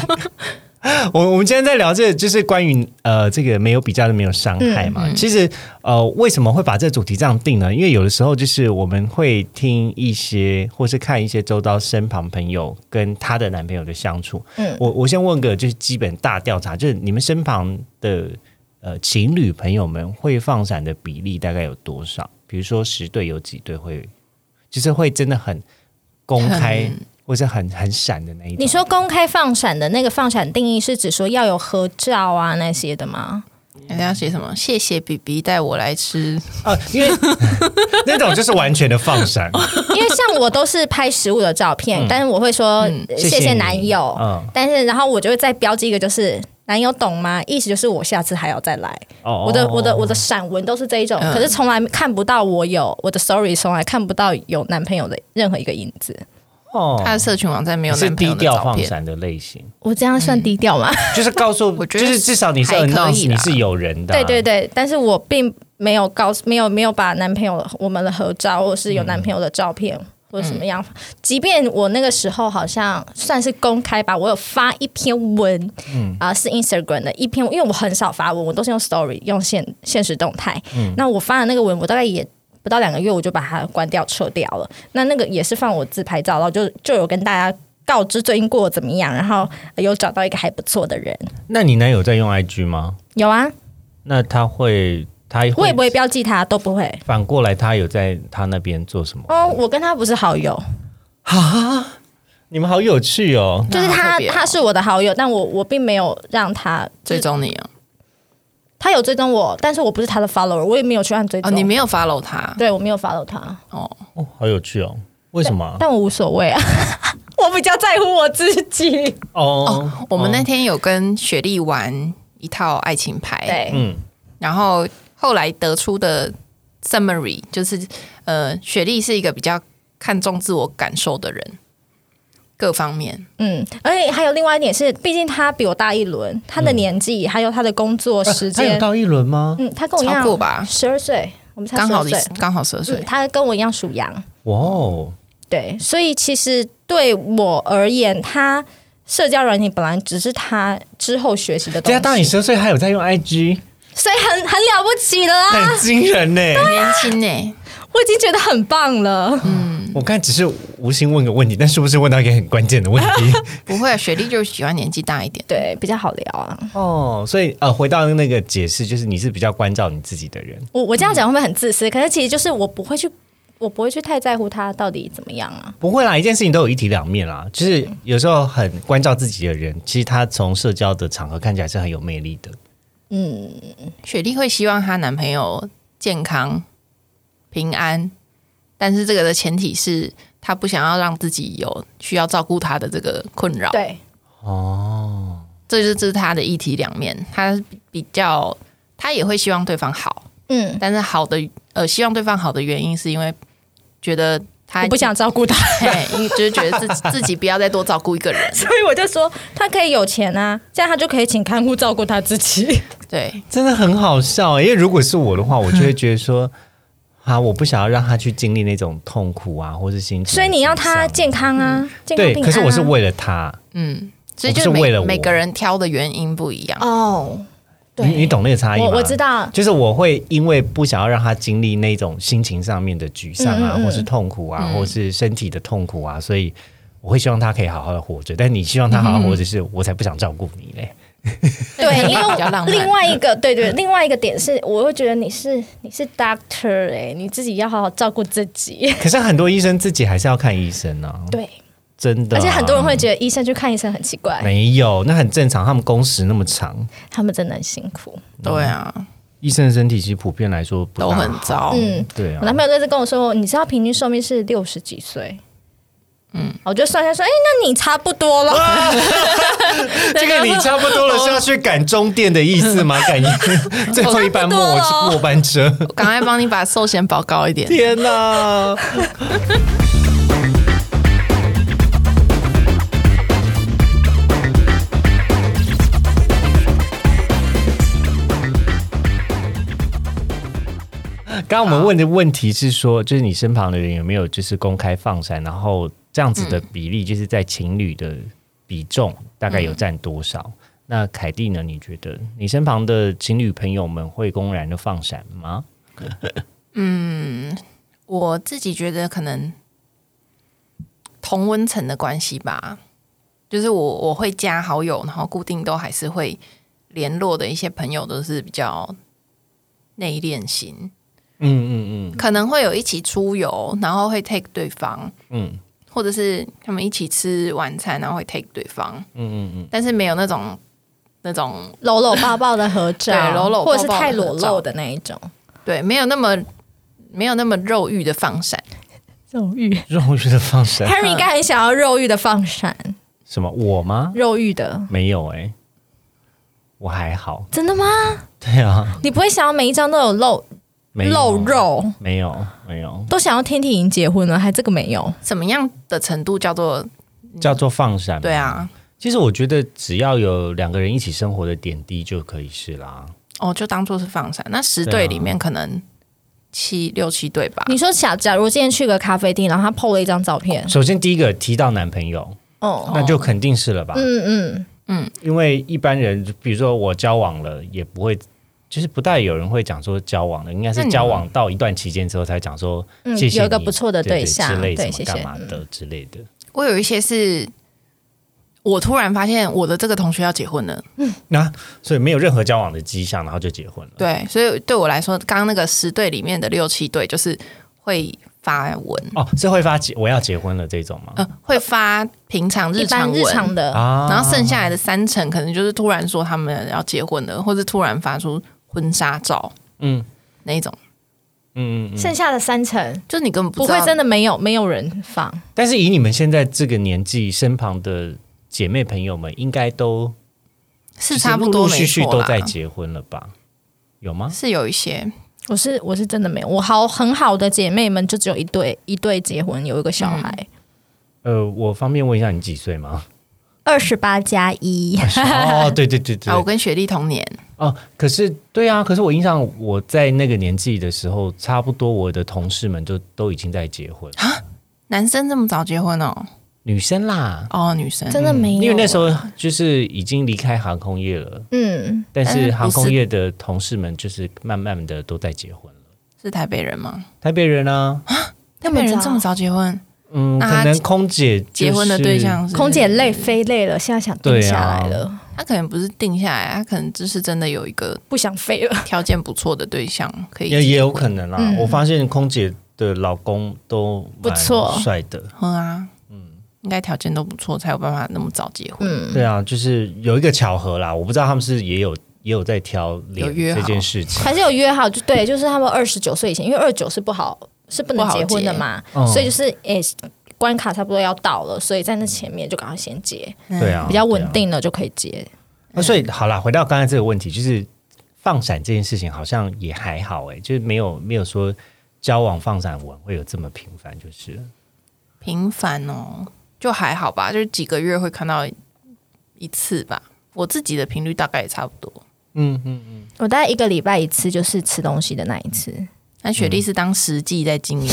[SPEAKER 4] 我我们今天在聊这，就是关于呃这个没有比较就没有伤害嘛。其实呃为什么会把这个主题这样定呢？因为有的时候就是我们会听一些，或是看一些周遭身旁朋友跟她的男朋友的相处。
[SPEAKER 2] 嗯
[SPEAKER 4] 我我先问个就是基本大调查，就是你们身旁的呃情侣朋友们会放闪的比例大概有多少？比如说十对有几对会，就是会真的很公开
[SPEAKER 3] 很
[SPEAKER 4] 或是很很闪的那一种。
[SPEAKER 2] 你说公开放闪的那个放闪定义是指说要有合照啊那些的吗？
[SPEAKER 3] 人家写什么？谢谢 B B 带我来吃，
[SPEAKER 4] 啊，因为那种就是完全的放闪，
[SPEAKER 2] 因为像我都是拍食物的照片，但是我会说呃
[SPEAKER 4] 谢
[SPEAKER 2] 谢
[SPEAKER 4] 谢
[SPEAKER 2] 谢
[SPEAKER 4] 你
[SPEAKER 2] 男友，
[SPEAKER 4] 嗯
[SPEAKER 2] 但是然后我就会再标记一个就是。男友懂吗？意思就是我下次还要再来。
[SPEAKER 4] 哦
[SPEAKER 2] 我的我的我的闪文都是这一种，
[SPEAKER 3] 嗯
[SPEAKER 2] 可是从来看不到我有我的 story，从来看不到有男朋友的任何一个影子。
[SPEAKER 4] 哦
[SPEAKER 3] 他的社群网站没有
[SPEAKER 4] 是
[SPEAKER 3] 男朋
[SPEAKER 4] 低
[SPEAKER 3] 友的
[SPEAKER 4] 调
[SPEAKER 3] 照
[SPEAKER 4] 放
[SPEAKER 3] 片，
[SPEAKER 4] 闪的类型，
[SPEAKER 2] 我这样算低调吗？
[SPEAKER 4] 就是告诉，
[SPEAKER 3] 我觉
[SPEAKER 4] 就
[SPEAKER 3] 得
[SPEAKER 4] 是至少你是
[SPEAKER 3] 还可以啦
[SPEAKER 4] announce 你是有人的啊、
[SPEAKER 2] 对对对，但是我并没有告诉，没有没有把男朋友我们的合照，或者是有男朋友的照片。或者什么样？即便我那个时候好像算是公开吧，我有发一篇文，啊、是 Instagram 的一篇，因为我很少发文，我都是用 Story 用现现实动态。那我发的那个文，我大概也不到两个月，我就把它关掉撤掉了。那那个也是放我自拍照，然后就就有跟大家告知最近过得怎么样，然后有找到一个还不错的人。
[SPEAKER 4] 那你男友在用 IG 吗？
[SPEAKER 2] 有啊，
[SPEAKER 4] 那他会，他
[SPEAKER 2] 我也
[SPEAKER 4] 会
[SPEAKER 2] 不会标记他，都不会。
[SPEAKER 4] 反过来，他有在他那边做什么？
[SPEAKER 2] 哦，我跟他不是好友，
[SPEAKER 4] 你们好有趣哦！
[SPEAKER 2] 就是
[SPEAKER 3] 那好
[SPEAKER 2] 他
[SPEAKER 3] 特别哦
[SPEAKER 2] 他是我的好友，但我我并没有让他
[SPEAKER 3] 追，踪你哦。
[SPEAKER 2] 他有追踪我，但是我不是他的 follower，我也没有去按追
[SPEAKER 3] 哦，
[SPEAKER 2] 踪。
[SPEAKER 3] 你没有 follow 他
[SPEAKER 2] 对我没有 follow 他，
[SPEAKER 3] 哦，
[SPEAKER 4] 哦，好有趣哦！为什么啊？
[SPEAKER 2] 但我无所谓啊， 我比较在乎我自己。
[SPEAKER 4] 哦，
[SPEAKER 3] 我们那
[SPEAKER 4] 哦
[SPEAKER 3] 天有跟雪莉玩一套爱情牌，
[SPEAKER 2] 对，
[SPEAKER 4] 嗯
[SPEAKER 3] 然后后来得出的 summary 就是，呃，雪莉是一个比较看重自我感受的人，各方面，
[SPEAKER 2] 嗯，而且还有另外一点是，毕竟他比我大一轮，他的年纪、还有他的工作时
[SPEAKER 4] 哎他有
[SPEAKER 2] 间，
[SPEAKER 4] 到一轮吗？
[SPEAKER 2] 嗯，他跟我一
[SPEAKER 3] 超过
[SPEAKER 2] 样
[SPEAKER 3] 吧，
[SPEAKER 2] 十二岁，我们才
[SPEAKER 3] 刚
[SPEAKER 2] 十
[SPEAKER 3] 好
[SPEAKER 2] 二岁，
[SPEAKER 3] 刚好十二岁
[SPEAKER 2] 嗯，，他跟我一样属羊。
[SPEAKER 4] 哇哦，
[SPEAKER 2] 对，所以其实对我而言，他社交软体本来只是他之后学习的东
[SPEAKER 4] 对
[SPEAKER 2] 西，
[SPEAKER 4] 啊，到你十二岁还有在用 IG，
[SPEAKER 2] 所以很很了不起了啊！
[SPEAKER 4] 很惊人呢。
[SPEAKER 3] 年轻欸呢，
[SPEAKER 2] 我已经觉得很棒了。
[SPEAKER 4] 嗯我刚才只是无心问个问题，但是不是问到一个很关键的问 题？
[SPEAKER 3] 不会啊，雪莉就是喜欢年纪大一点，
[SPEAKER 2] 对，比较好聊啊。
[SPEAKER 4] 哦，所以呃，回到那个解释，就是你是比较关照你自己的人。
[SPEAKER 2] 我我这样讲会不会很自私？可是其实就是我不会去，我不会去太在乎他到底怎么样啊。
[SPEAKER 4] 不会啦，一件事情都有一体两面啦。就是有时候很关照自己的人，其实他从社交的场合看起来是很有魅力的。
[SPEAKER 3] 雪莉会希望她男朋友健康、平安，但是这个的前提是她不想要让自己有需要照顾她的这个困扰。，
[SPEAKER 2] 对，
[SPEAKER 3] 这就是这是她的一体两面。她比较，她也会希望对方好，
[SPEAKER 2] 嗯，
[SPEAKER 3] 但是好的呃，希望对方好的原因是因为觉得她
[SPEAKER 2] 我不，想照顾他，
[SPEAKER 3] 嘿因为就是觉得自己自己不要再多照顾一个人。
[SPEAKER 2] 所以我就说他可以有钱啊，这样他就可以请看护照顾他自 己。
[SPEAKER 3] 对，
[SPEAKER 4] 真的很好笑、欸因为如果是我的话，我就会觉得说， 啊，我不想要让他去经历那种痛苦啊，或是心情。
[SPEAKER 2] 所以你要他健康啊，健康
[SPEAKER 4] 对，
[SPEAKER 2] 平安、
[SPEAKER 4] 可
[SPEAKER 2] 啊。
[SPEAKER 4] 是我是为了他，
[SPEAKER 3] 嗯，所以
[SPEAKER 4] 哦我不
[SPEAKER 3] 就是每
[SPEAKER 4] 为了我
[SPEAKER 3] 每个人挑的原因不一样。
[SPEAKER 2] 哦，对
[SPEAKER 4] 你你懂那个差异吗？
[SPEAKER 2] 我我知道
[SPEAKER 4] 就是我会因为不想要让他经历那种心情上面的沮丧啊，
[SPEAKER 2] 嗯嗯嗯
[SPEAKER 4] 或是痛苦啊，或是身体的痛苦啊，所以我会希望他可以好好的活着。但你希望他好好活着，是我才不想照顾你 嘞。
[SPEAKER 2] 对，因
[SPEAKER 3] 比较浪漫
[SPEAKER 2] 为另外一个对对，另外一个点是，我会觉得你是你是 doctor 哎、你自己要好好照顾自己。
[SPEAKER 4] 可是很多医生自己还是要看医生
[SPEAKER 3] 嗯
[SPEAKER 4] 啊，
[SPEAKER 2] 对，
[SPEAKER 4] 真的啊、
[SPEAKER 2] 而且很多人会觉得医生去看医生很奇怪，
[SPEAKER 4] 没有，那很正常。他们工时那么长，
[SPEAKER 2] 他们真的很辛苦。
[SPEAKER 3] 对啊，
[SPEAKER 4] 医生的身体其实普遍来说不大
[SPEAKER 3] 都很糟
[SPEAKER 4] 好
[SPEAKER 2] 嗯，
[SPEAKER 4] 对啊
[SPEAKER 2] 我，男朋友那次跟我说，你知道平均寿命是六十几岁。嗯，我就算一下说，哎、那你差不多了。
[SPEAKER 3] 啊
[SPEAKER 4] 这个你差不多了，是要去赶终点的意思 吗？赶最后一班末
[SPEAKER 2] 差不多了
[SPEAKER 4] 末班车。
[SPEAKER 3] 我赶快帮你把寿险保高一点。
[SPEAKER 4] 天哪！刚刚我们问的问题是说，就是你身旁的人有没有就是公开放闪，然后这样子的比例，就是在情侣的比重大概有占多少？那凯蒂呢？你觉得你身旁的情侣朋友们会公然的放闪吗？
[SPEAKER 3] 我自己觉得可能同温层的关系吧，就是我我会加好友，然后固定都还是会联络的一些朋友都是比较内敛型，
[SPEAKER 4] 嗯嗯嗯
[SPEAKER 3] 可能会有一起出游，然后会 take 对方，
[SPEAKER 4] 嗯
[SPEAKER 3] 或者是他们一起吃晚餐，然后会 take 对方，
[SPEAKER 4] 嗯嗯嗯。
[SPEAKER 3] 但是没有那种那种
[SPEAKER 2] 搂搂抱抱的合照，
[SPEAKER 3] 对搂搂抱
[SPEAKER 2] 或
[SPEAKER 3] 抱的合照
[SPEAKER 2] 者是太裸露的那一种。
[SPEAKER 3] 对，没有那么没有那么肉欲的放闪。
[SPEAKER 2] 肉 欲
[SPEAKER 4] 肉欲的放闪？
[SPEAKER 2] ，Harry 应该很想要肉欲的放闪，
[SPEAKER 4] 什么？我吗？
[SPEAKER 2] 肉欲的，
[SPEAKER 4] 没有哎、我还好。
[SPEAKER 2] 真的吗？
[SPEAKER 4] 对啊，
[SPEAKER 2] 你不会想要每一张都有露
[SPEAKER 4] 没有
[SPEAKER 2] 露，肉，
[SPEAKER 4] 没有没有，
[SPEAKER 2] 都想要天体营结婚了，还这个没有？
[SPEAKER 3] 怎么样的程度叫做
[SPEAKER 2] 嗯
[SPEAKER 4] 叫做放闪。
[SPEAKER 3] 对，啊？
[SPEAKER 4] 其实我觉得只要有两个人一起生活的点滴就可以是啦。
[SPEAKER 3] 哦，就当做是放闪。那十
[SPEAKER 4] 对啊
[SPEAKER 3] 对里面可能七六七对吧？
[SPEAKER 2] 你说假假如今天去个咖啡厅，然后他 PO 了一张照片，
[SPEAKER 4] 首先第一个提到男朋友，
[SPEAKER 2] 嗯哦，
[SPEAKER 4] 那就肯定是了吧？
[SPEAKER 2] 嗯嗯，
[SPEAKER 4] 因为一般人，比如说我交往了，也不会。就是不大有人会讲说交往的，应该
[SPEAKER 3] 那
[SPEAKER 4] 是
[SPEAKER 3] 你
[SPEAKER 4] 交往到一段期间之后才讲说
[SPEAKER 2] 嗯
[SPEAKER 4] 谢谢你、
[SPEAKER 2] 有一个不错的
[SPEAKER 4] 对
[SPEAKER 2] 对象
[SPEAKER 4] 之类
[SPEAKER 2] 对
[SPEAKER 4] 什么
[SPEAKER 2] 谢谢嗯
[SPEAKER 4] 干嘛的之类的。
[SPEAKER 3] 我有一些是，我突然发现我的这个同学要结婚
[SPEAKER 4] 嗯
[SPEAKER 3] 了，
[SPEAKER 4] 那、所以没有任何交往的迹象，然后就结婚了。
[SPEAKER 3] 对，所以对我来说，刚刚那个十对里面的六七对就是会发文，
[SPEAKER 4] 哦，是会发结我要结婚了这种吗？
[SPEAKER 3] 呃，会发平常
[SPEAKER 2] 一
[SPEAKER 3] 日
[SPEAKER 2] 般
[SPEAKER 3] 常
[SPEAKER 2] 日
[SPEAKER 3] 文。
[SPEAKER 2] 常的，
[SPEAKER 4] 啊
[SPEAKER 3] 然后剩下来的三成可能就是突然说他们要结婚了，或是突然发出婚纱照
[SPEAKER 4] 嗯
[SPEAKER 3] 那一种，
[SPEAKER 4] 嗯嗯嗯。
[SPEAKER 2] 剩下的三层
[SPEAKER 3] 就是你根本
[SPEAKER 2] 不
[SPEAKER 3] 知道
[SPEAKER 2] 会真的没有没有人放。
[SPEAKER 4] 但是以你们现在这个年纪，身旁的姐妹朋友们应该都
[SPEAKER 3] 是差不多
[SPEAKER 4] 陆陆
[SPEAKER 3] 没错啦，
[SPEAKER 4] 续续都在结婚了吧？有吗？
[SPEAKER 3] 是有一些，啊
[SPEAKER 2] 我是我是真的没有，我好很好的姐妹们就只有一对一对结婚，有一个小孩，
[SPEAKER 4] 呃，我方便问一下你几岁 吗？
[SPEAKER 2] 二十八加一，
[SPEAKER 4] 哦，对对对对
[SPEAKER 3] 啊，我，跟雪莉同年，
[SPEAKER 4] 哦，可是对啊，可是我印象我在那个年纪的时候，差不多我的同事们就都已经在结婚，
[SPEAKER 3] 啊男生这么早结婚哦？
[SPEAKER 4] 女生啦，
[SPEAKER 3] 哦，女生
[SPEAKER 2] 真的没有。
[SPEAKER 4] 因为那时候就是已经离开航空业了，
[SPEAKER 2] 嗯，
[SPEAKER 4] 但
[SPEAKER 3] 但是
[SPEAKER 4] 是
[SPEAKER 3] 不
[SPEAKER 4] 航空
[SPEAKER 3] 是
[SPEAKER 4] 业的同事们就是慢慢的都在结婚了。
[SPEAKER 3] 是台北人吗？
[SPEAKER 4] 台北人啊，
[SPEAKER 3] 台北人这么早结婚，
[SPEAKER 4] 嗯，
[SPEAKER 3] 那他
[SPEAKER 4] 可能空姐、就是、
[SPEAKER 3] 结婚的对，象是
[SPEAKER 2] 空姐累飞累了，现在想定
[SPEAKER 4] 对啊
[SPEAKER 2] 下来了，
[SPEAKER 3] 他可能不是定下来，他可能只是真的有一个
[SPEAKER 2] 不想飞了。
[SPEAKER 3] 条件不错的对象可以
[SPEAKER 4] 也也有可能啦。
[SPEAKER 2] 嗯
[SPEAKER 4] 我发现空姐的老公都蛮
[SPEAKER 2] 不错
[SPEAKER 4] 帅的。
[SPEAKER 3] 婚啊，嗯，应该条件都不错，才有办法那么早结婚。
[SPEAKER 2] 嗯，
[SPEAKER 4] 对啊，就是有一个巧合啦，我不知道他们是也有也有在挑
[SPEAKER 3] 有
[SPEAKER 4] 脸
[SPEAKER 3] 约
[SPEAKER 4] 这
[SPEAKER 3] 好
[SPEAKER 4] 件事情。
[SPEAKER 2] 还是有约好，就对，就是他们二十九岁以前，因为二十九是不好是不能结婚的嘛，
[SPEAKER 4] 不好结嗯
[SPEAKER 2] 所以就是诶、关卡差不多要到了，所以在那前面就赶快先结，
[SPEAKER 3] 嗯
[SPEAKER 4] 对
[SPEAKER 3] 哎
[SPEAKER 4] 啊，
[SPEAKER 2] 比较
[SPEAKER 4] 对
[SPEAKER 2] 稳
[SPEAKER 4] 啊。
[SPEAKER 2] 定了就可以结。
[SPEAKER 4] 那所以好啦，回到刚才这个问题，就是放闪这件事情好像也还好哎、就是没有没有说交往放闪文会有这么频繁，就是了
[SPEAKER 3] 频繁哦，就还好吧，就是几个月会看到一次吧。我自己的频率大概也差不多。
[SPEAKER 4] 嗯嗯嗯。
[SPEAKER 2] 我大概一个礼拜一次，就是吃东西的那一次。
[SPEAKER 3] 那雪
[SPEAKER 4] 嗯
[SPEAKER 3] 莉是当实际在经营，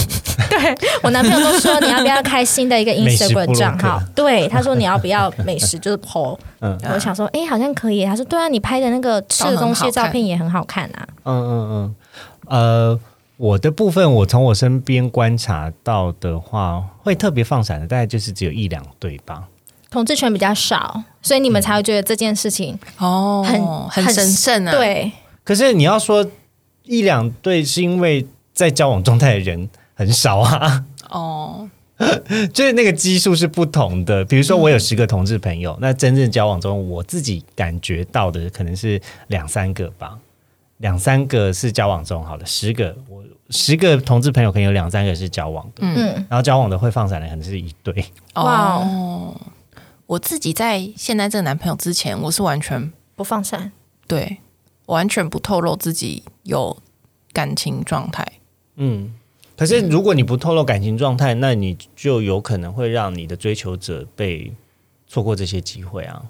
[SPEAKER 2] 对 我男朋友都说你要不要开新的一个
[SPEAKER 4] 美食部
[SPEAKER 2] Instagram
[SPEAKER 4] 落
[SPEAKER 2] 账号
[SPEAKER 4] 格？
[SPEAKER 2] 对，他说你要不要美食就是 PO。
[SPEAKER 4] 嗯
[SPEAKER 2] 我想说，哎、好像可以耶。他说，对啊，你拍的那个吃的东西的照片也很好看啊。
[SPEAKER 4] 嗯嗯嗯，呃，我的部分我从我身边观察到的话，会特别放闪的，大概就是只有一两对吧。
[SPEAKER 2] 统治权比较少，所以你们才会觉得这件事情、
[SPEAKER 3] 哦，
[SPEAKER 2] 很
[SPEAKER 3] 很神圣啊，，
[SPEAKER 2] 对。
[SPEAKER 4] 可是你要说一两对，是因为在交往状态的人很少啊，
[SPEAKER 3] 哦，
[SPEAKER 4] 就是那个基数是不同的。比如说，我有十个同志朋友，那真正交往中，我自己感觉到的可能是两三个吧，两三个是交往中好了，十个我十个同志朋友可能有两三个是交往的，
[SPEAKER 2] 嗯，
[SPEAKER 4] 然后交往的会放闪的可能是一对。
[SPEAKER 2] 哇
[SPEAKER 3] 哦，我自己在现在这个男朋友之前，我是完全
[SPEAKER 2] 不放闪，
[SPEAKER 3] 对，完全不透露自己有感情状态。
[SPEAKER 4] 嗯，可是如果你不透露感情状态，那你就有可能会让你的追求者被错过这些机会啊，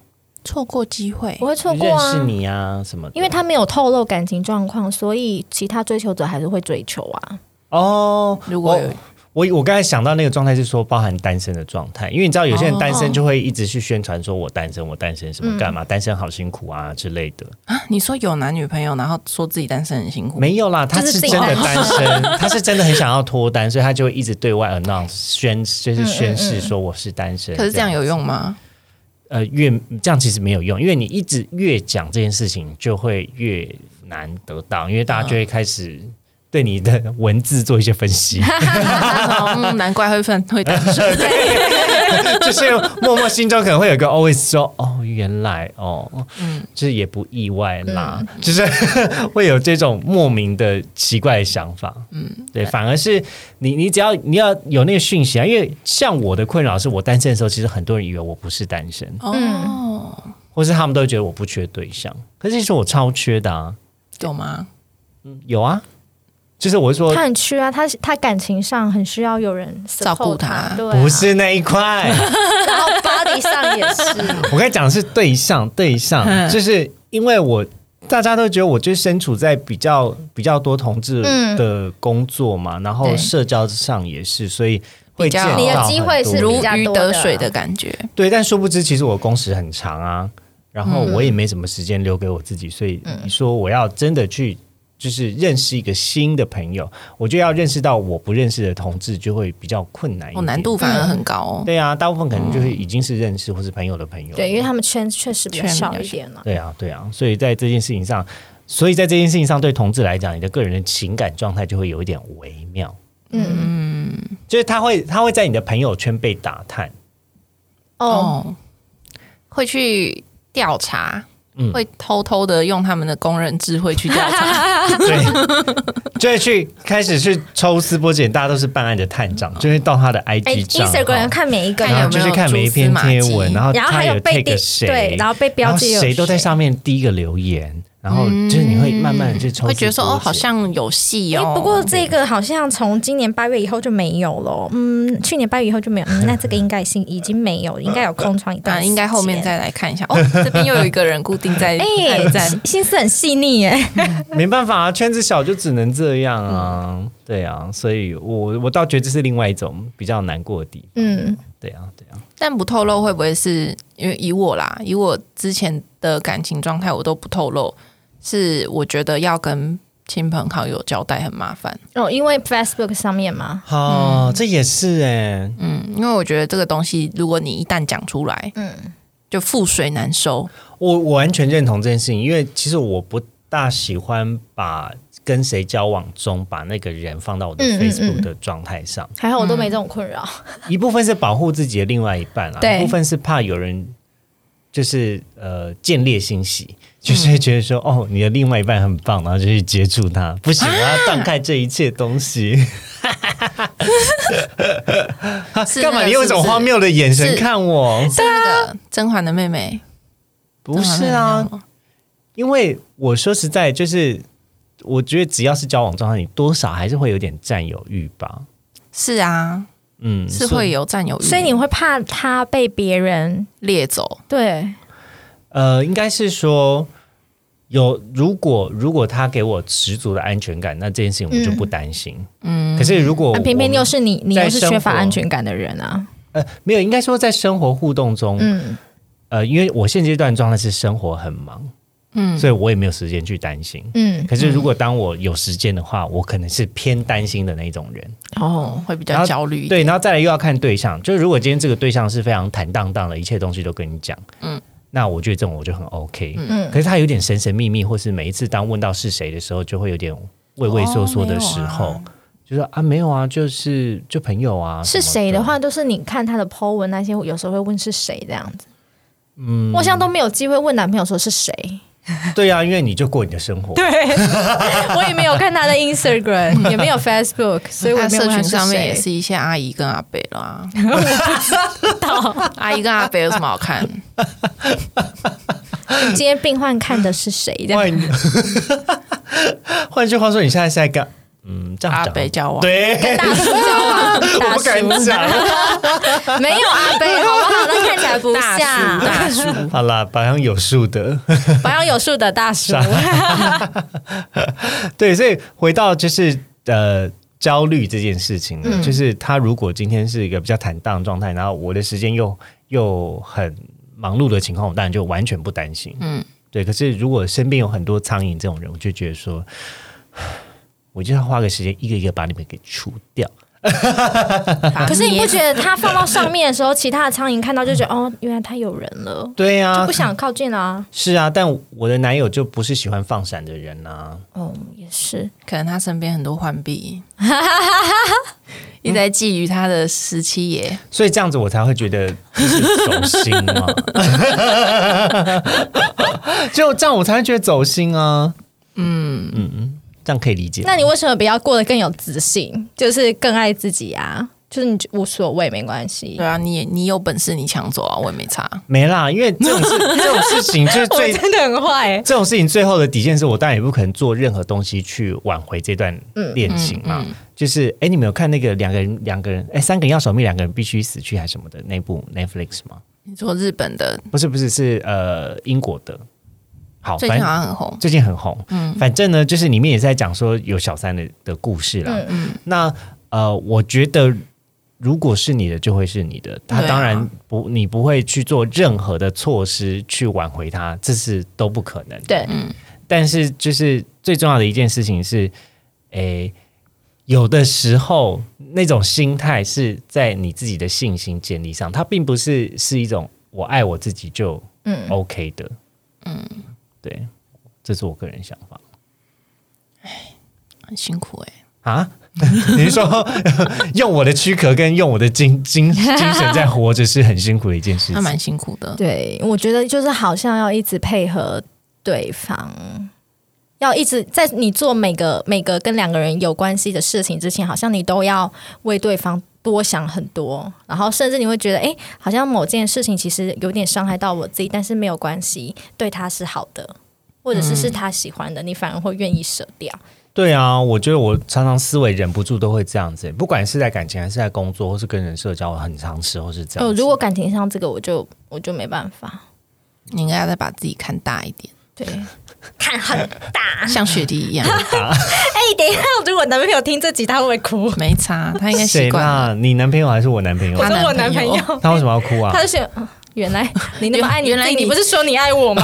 [SPEAKER 3] 错过机会
[SPEAKER 2] 我会错过
[SPEAKER 4] 认
[SPEAKER 2] 啊
[SPEAKER 4] 识。你啊什么的。
[SPEAKER 2] 因为他没有透露感情状况，所以其他追求者还是会追求啊。
[SPEAKER 4] 哦，
[SPEAKER 3] 如果有
[SPEAKER 4] 我我刚才想到那个状态是说包含单身的状态，因为你知道有些人单身就会一直去宣传说我单身，我单身什
[SPEAKER 2] 嗯
[SPEAKER 4] 么干嘛，单身好辛苦啊之类的。
[SPEAKER 3] 啊，你说有男女朋友，然后说自己单身很
[SPEAKER 2] 嗯
[SPEAKER 3] 辛苦，
[SPEAKER 4] 没有啦，他
[SPEAKER 2] 就是
[SPEAKER 4] 是
[SPEAKER 2] 自己
[SPEAKER 4] 真的
[SPEAKER 2] 单
[SPEAKER 4] 单 身，他是真的很想要脱单，所以他就会一直对外 announce 宣就是宣
[SPEAKER 2] 嗯嗯
[SPEAKER 4] 誓
[SPEAKER 2] 嗯
[SPEAKER 4] 说我是单身。
[SPEAKER 3] 可是这样
[SPEAKER 4] 有。
[SPEAKER 3] 有用 吗？
[SPEAKER 4] 呃，越这样其实没有用，因为你一直越讲这件事情，就会越难得到，因为大家就会开始对你的文字做一些分析，
[SPEAKER 3] 嗯，难怪会分会单身。
[SPEAKER 4] 就是默默心中可能会有一个 always 说哦，原来哦，
[SPEAKER 3] 嗯
[SPEAKER 4] 就是也不意外啦，就是会有这种莫名的奇怪的想法。嗯，对，反而是你，你只要你要有那个讯息啊，因为像我的困扰是我单身的时候，其实很多人以为我不是单身，
[SPEAKER 3] 哦，
[SPEAKER 4] 或是他们都觉得我不缺对象，可是其实我超缺的啊。
[SPEAKER 3] 有吗？
[SPEAKER 4] 有啊，就是我是说
[SPEAKER 2] 他很缺啊，他他感情上很需要有人 support
[SPEAKER 3] 照顾
[SPEAKER 2] 他
[SPEAKER 3] 他，
[SPEAKER 2] 对、啊，
[SPEAKER 4] 不， 是那一块，
[SPEAKER 2] 然后 body 上也是，
[SPEAKER 4] 我刚才讲的是对象，对象
[SPEAKER 3] 嗯
[SPEAKER 4] 就是因为我大家都觉得我就身处在比较比较多同志
[SPEAKER 2] 嗯
[SPEAKER 4] 的工作嘛，然后
[SPEAKER 3] 对
[SPEAKER 4] 社交上也是，所以会
[SPEAKER 3] 比较
[SPEAKER 4] 见到
[SPEAKER 3] 你的
[SPEAKER 4] 很
[SPEAKER 2] 机会
[SPEAKER 4] 多
[SPEAKER 2] 是
[SPEAKER 4] 人
[SPEAKER 3] 如
[SPEAKER 2] 比较
[SPEAKER 3] 鱼
[SPEAKER 2] 多
[SPEAKER 3] 得
[SPEAKER 2] 的
[SPEAKER 3] 水的感觉。
[SPEAKER 4] 对，但殊不知其实我工时很长啊，然后我也没什么时间留给我自己，所以你说我要真的去就是认识一个新的朋友，我就要认识到我不认识的同志就会比较困难一
[SPEAKER 3] 哦，
[SPEAKER 4] 点，
[SPEAKER 3] 难度反而很高哦。
[SPEAKER 4] 对啊，大部分可能就是已经是认识或是朋友的朋友。
[SPEAKER 2] 嗯对，因为他们圈确实比较
[SPEAKER 3] 圈比
[SPEAKER 2] 少
[SPEAKER 3] 较
[SPEAKER 2] 一
[SPEAKER 3] 小
[SPEAKER 2] 点了、
[SPEAKER 4] 对啊，对啊，所以在这件事情上，所以在这件事情上，对同志来讲，你的个人的情感状态就会有一点微妙，
[SPEAKER 2] 嗯，
[SPEAKER 4] 就是他会他会在你的朋友圈被打探。
[SPEAKER 2] 哦，
[SPEAKER 3] 哦，会去调查
[SPEAKER 4] 嗯，
[SPEAKER 3] 会偷偷的用他们的工人智慧去调查。
[SPEAKER 4] 对， 就会去开始去抽丝剥茧，大家都是办案的探长，就会到他的
[SPEAKER 2] 哎
[SPEAKER 4] IG 账号，
[SPEAKER 2] ，Instagram 要看每一个人，
[SPEAKER 4] 然后
[SPEAKER 3] 看
[SPEAKER 4] 就去
[SPEAKER 3] 有没有
[SPEAKER 4] 啊看每一篇贴文，
[SPEAKER 3] 蛛丝马迹
[SPEAKER 4] 然后
[SPEAKER 2] 然后
[SPEAKER 4] 他
[SPEAKER 2] 还有被
[SPEAKER 4] take
[SPEAKER 2] 定
[SPEAKER 4] 谁，
[SPEAKER 2] 对，然后被标
[SPEAKER 4] 后
[SPEAKER 2] 记有
[SPEAKER 4] 谁都在上面第一个留言，然后就是你会慢慢
[SPEAKER 2] 嗯
[SPEAKER 4] 去抽丝剥茧，
[SPEAKER 3] 会觉得说哦，好像有戏
[SPEAKER 2] 哎
[SPEAKER 3] 哦。
[SPEAKER 2] 不过这个好像从今年八月以后就没有了，嗯，去年八月以后就没有，嗯，那这个应该是已经没有，应该有空窗一段
[SPEAKER 3] 啊，
[SPEAKER 2] 时间，
[SPEAKER 3] 应该后面再来 看一下。哦，这边又有一个人固定 在
[SPEAKER 2] 哎
[SPEAKER 3] 按赞，
[SPEAKER 2] 心思很细腻耶，
[SPEAKER 4] 没办法啊，圈子小就只能这样啊，对啊，所以我我倒觉得这是另外一种比较难过的地方，
[SPEAKER 2] 嗯，
[SPEAKER 4] 对啊，对啊，
[SPEAKER 3] 但不透露会不会是因为以我啦，以我之前的感情状态，我都不透露，是我觉得要跟亲朋好友交代很麻烦。
[SPEAKER 2] 哦，因为 Facebook 上面嘛，
[SPEAKER 4] 哦，这也是哎、
[SPEAKER 3] 嗯，因为我觉得这个东西，如果你一旦讲出来，嗯，就覆水难收。
[SPEAKER 4] 我我完全认同这件事情，因为其实我不大喜欢把跟谁交往中把那个人放到我的
[SPEAKER 2] 嗯嗯嗯
[SPEAKER 4] Facebook 的状态上，
[SPEAKER 2] 还好我都没这种困扰，
[SPEAKER 4] 一部分是保护自己的另外一半啊，
[SPEAKER 2] 对
[SPEAKER 4] 一部分是怕有人就是呃见猎心
[SPEAKER 3] 嗯
[SPEAKER 4] 喜，就是会觉得说、哦你的另外一半很棒，然后就去接触他，不
[SPEAKER 3] 啊
[SPEAKER 4] 行，我要断开这一切东 西。哈，
[SPEAKER 3] 是
[SPEAKER 4] 干
[SPEAKER 3] 那
[SPEAKER 4] 嘛？
[SPEAKER 3] 个
[SPEAKER 4] 你用一种
[SPEAKER 3] 是不是
[SPEAKER 4] 荒谬的眼神
[SPEAKER 3] 是
[SPEAKER 4] 看我？
[SPEAKER 3] 是那个甄嬛的妹妹，
[SPEAKER 4] 不是
[SPEAKER 3] 甄嬛
[SPEAKER 4] 啊
[SPEAKER 3] 的妹，妹吗，
[SPEAKER 4] 因为我说实在，就是我觉得只要是交往状态，你多少还是会有点占有欲吧。
[SPEAKER 3] 是啊，
[SPEAKER 4] 嗯，
[SPEAKER 3] 是
[SPEAKER 4] 所
[SPEAKER 3] 会
[SPEAKER 4] 以
[SPEAKER 3] 有占有欲，
[SPEAKER 2] 所以你会怕他被别人
[SPEAKER 3] 猎走。
[SPEAKER 2] 对，
[SPEAKER 4] 呃，应该是说，有，如果如果他给我十足的安全感，那这件事情我就不担心。嗯，可是如果
[SPEAKER 2] 那偏偏又是你，你
[SPEAKER 4] 在
[SPEAKER 2] 又是
[SPEAKER 4] 生
[SPEAKER 2] 缺乏
[SPEAKER 4] 活
[SPEAKER 2] 安全感的人啊。
[SPEAKER 4] 呃没有，应该说在生活互动中，
[SPEAKER 2] 嗯，
[SPEAKER 4] 呃，因为我现阶段状态是生活很忙，嗯，所以我也没有时间去担心。
[SPEAKER 2] 嗯，
[SPEAKER 4] 可是如果当我有时间的话，我可能是偏担心的那一种人。
[SPEAKER 3] 哦，会比
[SPEAKER 4] 然
[SPEAKER 3] 较
[SPEAKER 4] 后
[SPEAKER 3] 焦虑一点。
[SPEAKER 4] 对，然后再来又要看对象，就是如果今天这个对象是非常坦荡荡的，一切东西都跟你讲，嗯，那我觉得这种我就很 OK，嗯，可是他有点神神秘秘，或是每一次当问到是谁的时候，就会有点畏畏缩缩的时候，
[SPEAKER 3] 哦
[SPEAKER 4] 就说啊没有啊，就是就朋友啊，
[SPEAKER 2] 是
[SPEAKER 4] 什么
[SPEAKER 2] 谁的，话，都是你看他的 po 文那些，有时候会问是谁这样子。嗯，我好像都没有机会问男朋友说是谁，
[SPEAKER 4] 对啊，因为你就过你的生活，
[SPEAKER 2] 我也没有看他的 Instagram，也没有 Facebook，所以我
[SPEAKER 3] 他
[SPEAKER 2] 没有
[SPEAKER 3] 社
[SPEAKER 2] 问他
[SPEAKER 3] 群
[SPEAKER 2] 是
[SPEAKER 3] 上面也
[SPEAKER 2] 谁。
[SPEAKER 3] 是一些阿姨跟阿伯 啦，我不知道阿姨跟阿伯有什么好看？
[SPEAKER 2] 今天病患看的是谁这样？
[SPEAKER 4] 换换句话说，你现在是在干，嗯，这样
[SPEAKER 3] 阿
[SPEAKER 4] 讲
[SPEAKER 3] 伯交往，
[SPEAKER 4] 对，
[SPEAKER 2] 大 叔交往，
[SPEAKER 4] 我
[SPEAKER 2] 大
[SPEAKER 4] 不敢
[SPEAKER 2] 叔
[SPEAKER 4] 讲。
[SPEAKER 2] 没有阿贝，好不好？那看起来不
[SPEAKER 3] 大叔
[SPEAKER 2] 像
[SPEAKER 3] 大叔，
[SPEAKER 4] 好啦，保养有数的。
[SPEAKER 2] 保养有术的大叔。
[SPEAKER 4] 对，所以回到就是呃焦虑这件事情呢，就是他如果今天是一个比较坦荡的状态，然后我的时间又又很忙碌的情况，我当然就完全不担心。嗯
[SPEAKER 3] 嗯，
[SPEAKER 4] 对。可是如果身边有很多苍蝇这种人，我就觉得说，我就要花个时间一个一个把你们给除掉。
[SPEAKER 2] 可是你不觉
[SPEAKER 3] 得？
[SPEAKER 2] 得他放到上面的时候，其他的苍蝇看到就觉得哦，原来他有人了，
[SPEAKER 4] 对呀、
[SPEAKER 2] 就
[SPEAKER 4] 啊
[SPEAKER 2] 不，想靠近了啊。
[SPEAKER 4] 是啊，但我的男友就不是喜欢放闪的人啊。
[SPEAKER 2] 哦，也是，
[SPEAKER 3] 可能他身边很多浣 碧，一直在觊觎他的十七爷。
[SPEAKER 4] 所以这样子我才会觉得就是走心嘛，就这样我才会觉得走心啊。嗯嗯嗯，这样可以理解。
[SPEAKER 2] 那你为什么不要过得更有自信，就是更爱自己啊？就是你无所谓，没关系
[SPEAKER 3] 对。啊，你也你有本事你抢走啊，我也没差。
[SPEAKER 4] 没啦，因为这 种事这种事情就是
[SPEAKER 2] 我
[SPEAKER 4] 最
[SPEAKER 2] 真的很坏、欸，
[SPEAKER 4] 这种事情最后的底线是我当然也不可能做任何东西去挽回这段
[SPEAKER 2] 嗯
[SPEAKER 4] 恋情嘛。就是哎、诶你们有看那个两个人两个人哎、三个人要守密，两个人必须死去还是什么的那部 Netflix 吗？
[SPEAKER 3] 你说日本的
[SPEAKER 4] 不是不是是呃英国的。好，
[SPEAKER 3] 最
[SPEAKER 4] 反
[SPEAKER 3] 近
[SPEAKER 4] 正
[SPEAKER 3] 好像很红，
[SPEAKER 4] 最近很红。
[SPEAKER 3] 嗯
[SPEAKER 4] 反正呢，就是里面也是在讲说有小三的的故事啦。
[SPEAKER 3] 嗯
[SPEAKER 4] 那呃，我觉得如果是你的，就会是你的。他
[SPEAKER 3] 对啊
[SPEAKER 4] 当然不，你不会去做任何的措施去挽回他，这是都不可能。
[SPEAKER 2] 对，
[SPEAKER 4] 但是就是最重要的一件事情是，诶，有的时候那种心态是在你自己的信心建立上，它并不是是一种我爱我自己就 OK 的，嗯，对，这是我个人想法
[SPEAKER 3] 很辛苦哎、
[SPEAKER 4] 啊。 你是说用我的躯壳跟用我的精精精神在活着是很辛苦的一件事
[SPEAKER 3] 他蛮
[SPEAKER 4] 情？
[SPEAKER 3] 辛苦的。
[SPEAKER 2] 对，我觉得就是好像要一直配合对方，要一直在你做每个每个跟两个人有关系的事情之前，好像你都要为对方多想很多，然后甚至你会觉得，哎，好像某件事情其实有点伤害到我自己，但是没有关系，对他是好的，或者是是他喜欢的，你反而会愿意舍掉。
[SPEAKER 4] 对啊，我觉得我常常思维忍不住都会这样子，不管是在感情还是在工作，或是跟人社交，我很常时候是这样
[SPEAKER 2] 哦，
[SPEAKER 4] 子。
[SPEAKER 2] 如果感情上这个，我就我就没办法，
[SPEAKER 3] 你应该要再把自己看大一 点，
[SPEAKER 2] 对，看很大。
[SPEAKER 3] 像雪 莉一样，
[SPEAKER 2] 哎，等一下，如果男朋友听这集，他会不会哭。
[SPEAKER 3] 没差，他应该习
[SPEAKER 4] 谁
[SPEAKER 3] 惯了。
[SPEAKER 4] 啦？你男朋友还是我男朋友
[SPEAKER 2] 我？
[SPEAKER 3] 他
[SPEAKER 2] 说我男
[SPEAKER 3] 男
[SPEAKER 2] 朋
[SPEAKER 3] 朋友
[SPEAKER 2] 友，
[SPEAKER 4] 他为什么要哭啊
[SPEAKER 2] 他？就想，啊 原来你那么爱你自己，
[SPEAKER 3] 原原来你
[SPEAKER 2] 你不是说你爱我吗？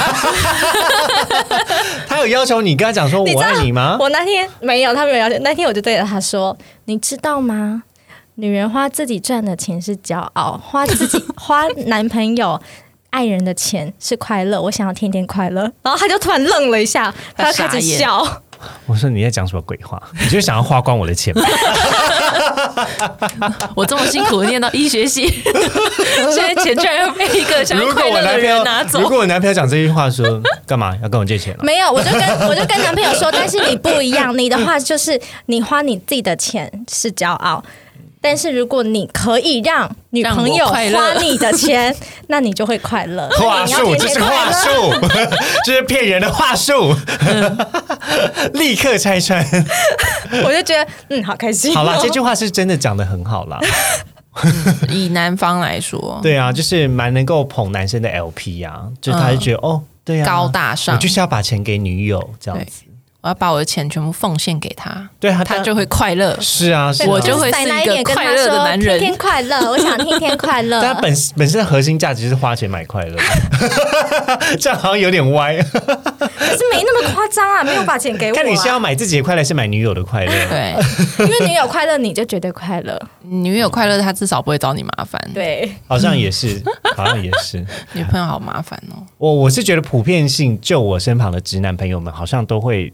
[SPEAKER 4] 他有要求你跟他讲说
[SPEAKER 2] 知
[SPEAKER 4] 我
[SPEAKER 2] 道
[SPEAKER 4] 爱你吗？
[SPEAKER 2] 我那天没有，他没有要求。那天我就对着他说：“你知道吗？女人花自己赚的钱是骄傲，花自己 花男朋友。”爱人的钱是快乐，我想要天天快乐。然后他就突然愣了一下，他
[SPEAKER 3] 他
[SPEAKER 2] 就开始
[SPEAKER 3] 傻眼
[SPEAKER 2] 笑。
[SPEAKER 4] 我说你在讲什么鬼话？你就想要花光我的钱吗？
[SPEAKER 3] 我这么辛苦念到医学 系，现在钱居然要被一 个想要
[SPEAKER 4] 如果
[SPEAKER 3] 快
[SPEAKER 4] 我
[SPEAKER 3] 乐
[SPEAKER 4] 男
[SPEAKER 3] 的
[SPEAKER 4] 朋
[SPEAKER 3] 人拿
[SPEAKER 4] 友，如
[SPEAKER 3] 走，
[SPEAKER 4] 果我男朋友讲这句话说干嘛要跟我借钱啊 了？
[SPEAKER 2] 没有，我就跟我就跟男朋友说，但是你不一样，你的话就是你花你自己的钱是骄傲，但是如果你可以让女朋友
[SPEAKER 3] 让我快乐
[SPEAKER 2] 花你的钱， 那你就会快 乐。
[SPEAKER 4] 话
[SPEAKER 2] 你要
[SPEAKER 4] 术，
[SPEAKER 2] 天
[SPEAKER 4] 这
[SPEAKER 2] 天
[SPEAKER 4] 是
[SPEAKER 2] 快乐
[SPEAKER 4] 话术， 这是骗人的话术，
[SPEAKER 3] 嗯
[SPEAKER 4] 立刻拆 穿。
[SPEAKER 2] 我就觉得嗯，好开心哦、
[SPEAKER 4] 好啦， 这句话是真的讲的很好啦。
[SPEAKER 3] 以男方来说，
[SPEAKER 4] 对啊，就是蛮能够捧男生的 LP 啊，就是他就觉得、哦，对啊，
[SPEAKER 3] 嗯高大上
[SPEAKER 4] 我就是要把钱给女友这样
[SPEAKER 3] 对
[SPEAKER 4] 子。
[SPEAKER 3] 我要把我的钱全部奉献给他，
[SPEAKER 4] 对啊，
[SPEAKER 3] 他就会快乐。
[SPEAKER 4] 是啊，是啊
[SPEAKER 3] 我就会
[SPEAKER 2] 塞奶
[SPEAKER 3] 是一个
[SPEAKER 2] 脸跟他
[SPEAKER 3] 快乐的
[SPEAKER 2] 说
[SPEAKER 3] 男人
[SPEAKER 2] 天天快乐，我想天天快 乐。
[SPEAKER 4] 但他本本身的核心价值是花钱买快乐， 这样好像有点 歪。
[SPEAKER 2] 啊可是没那么夸张啊，没有把钱 给我、啊。
[SPEAKER 4] 看你是要买自己的快乐，还是买女友的快 乐？
[SPEAKER 3] 对，
[SPEAKER 2] 因为你有快乐，你就绝对快乐。
[SPEAKER 3] 女友快乐，他至少不会找你麻烦。，
[SPEAKER 2] 对，
[SPEAKER 4] 好像也是，好像也是。
[SPEAKER 3] 女朋友好麻烦哦。
[SPEAKER 4] 我我是觉得普遍性，就我身旁的直男朋友们，好像都会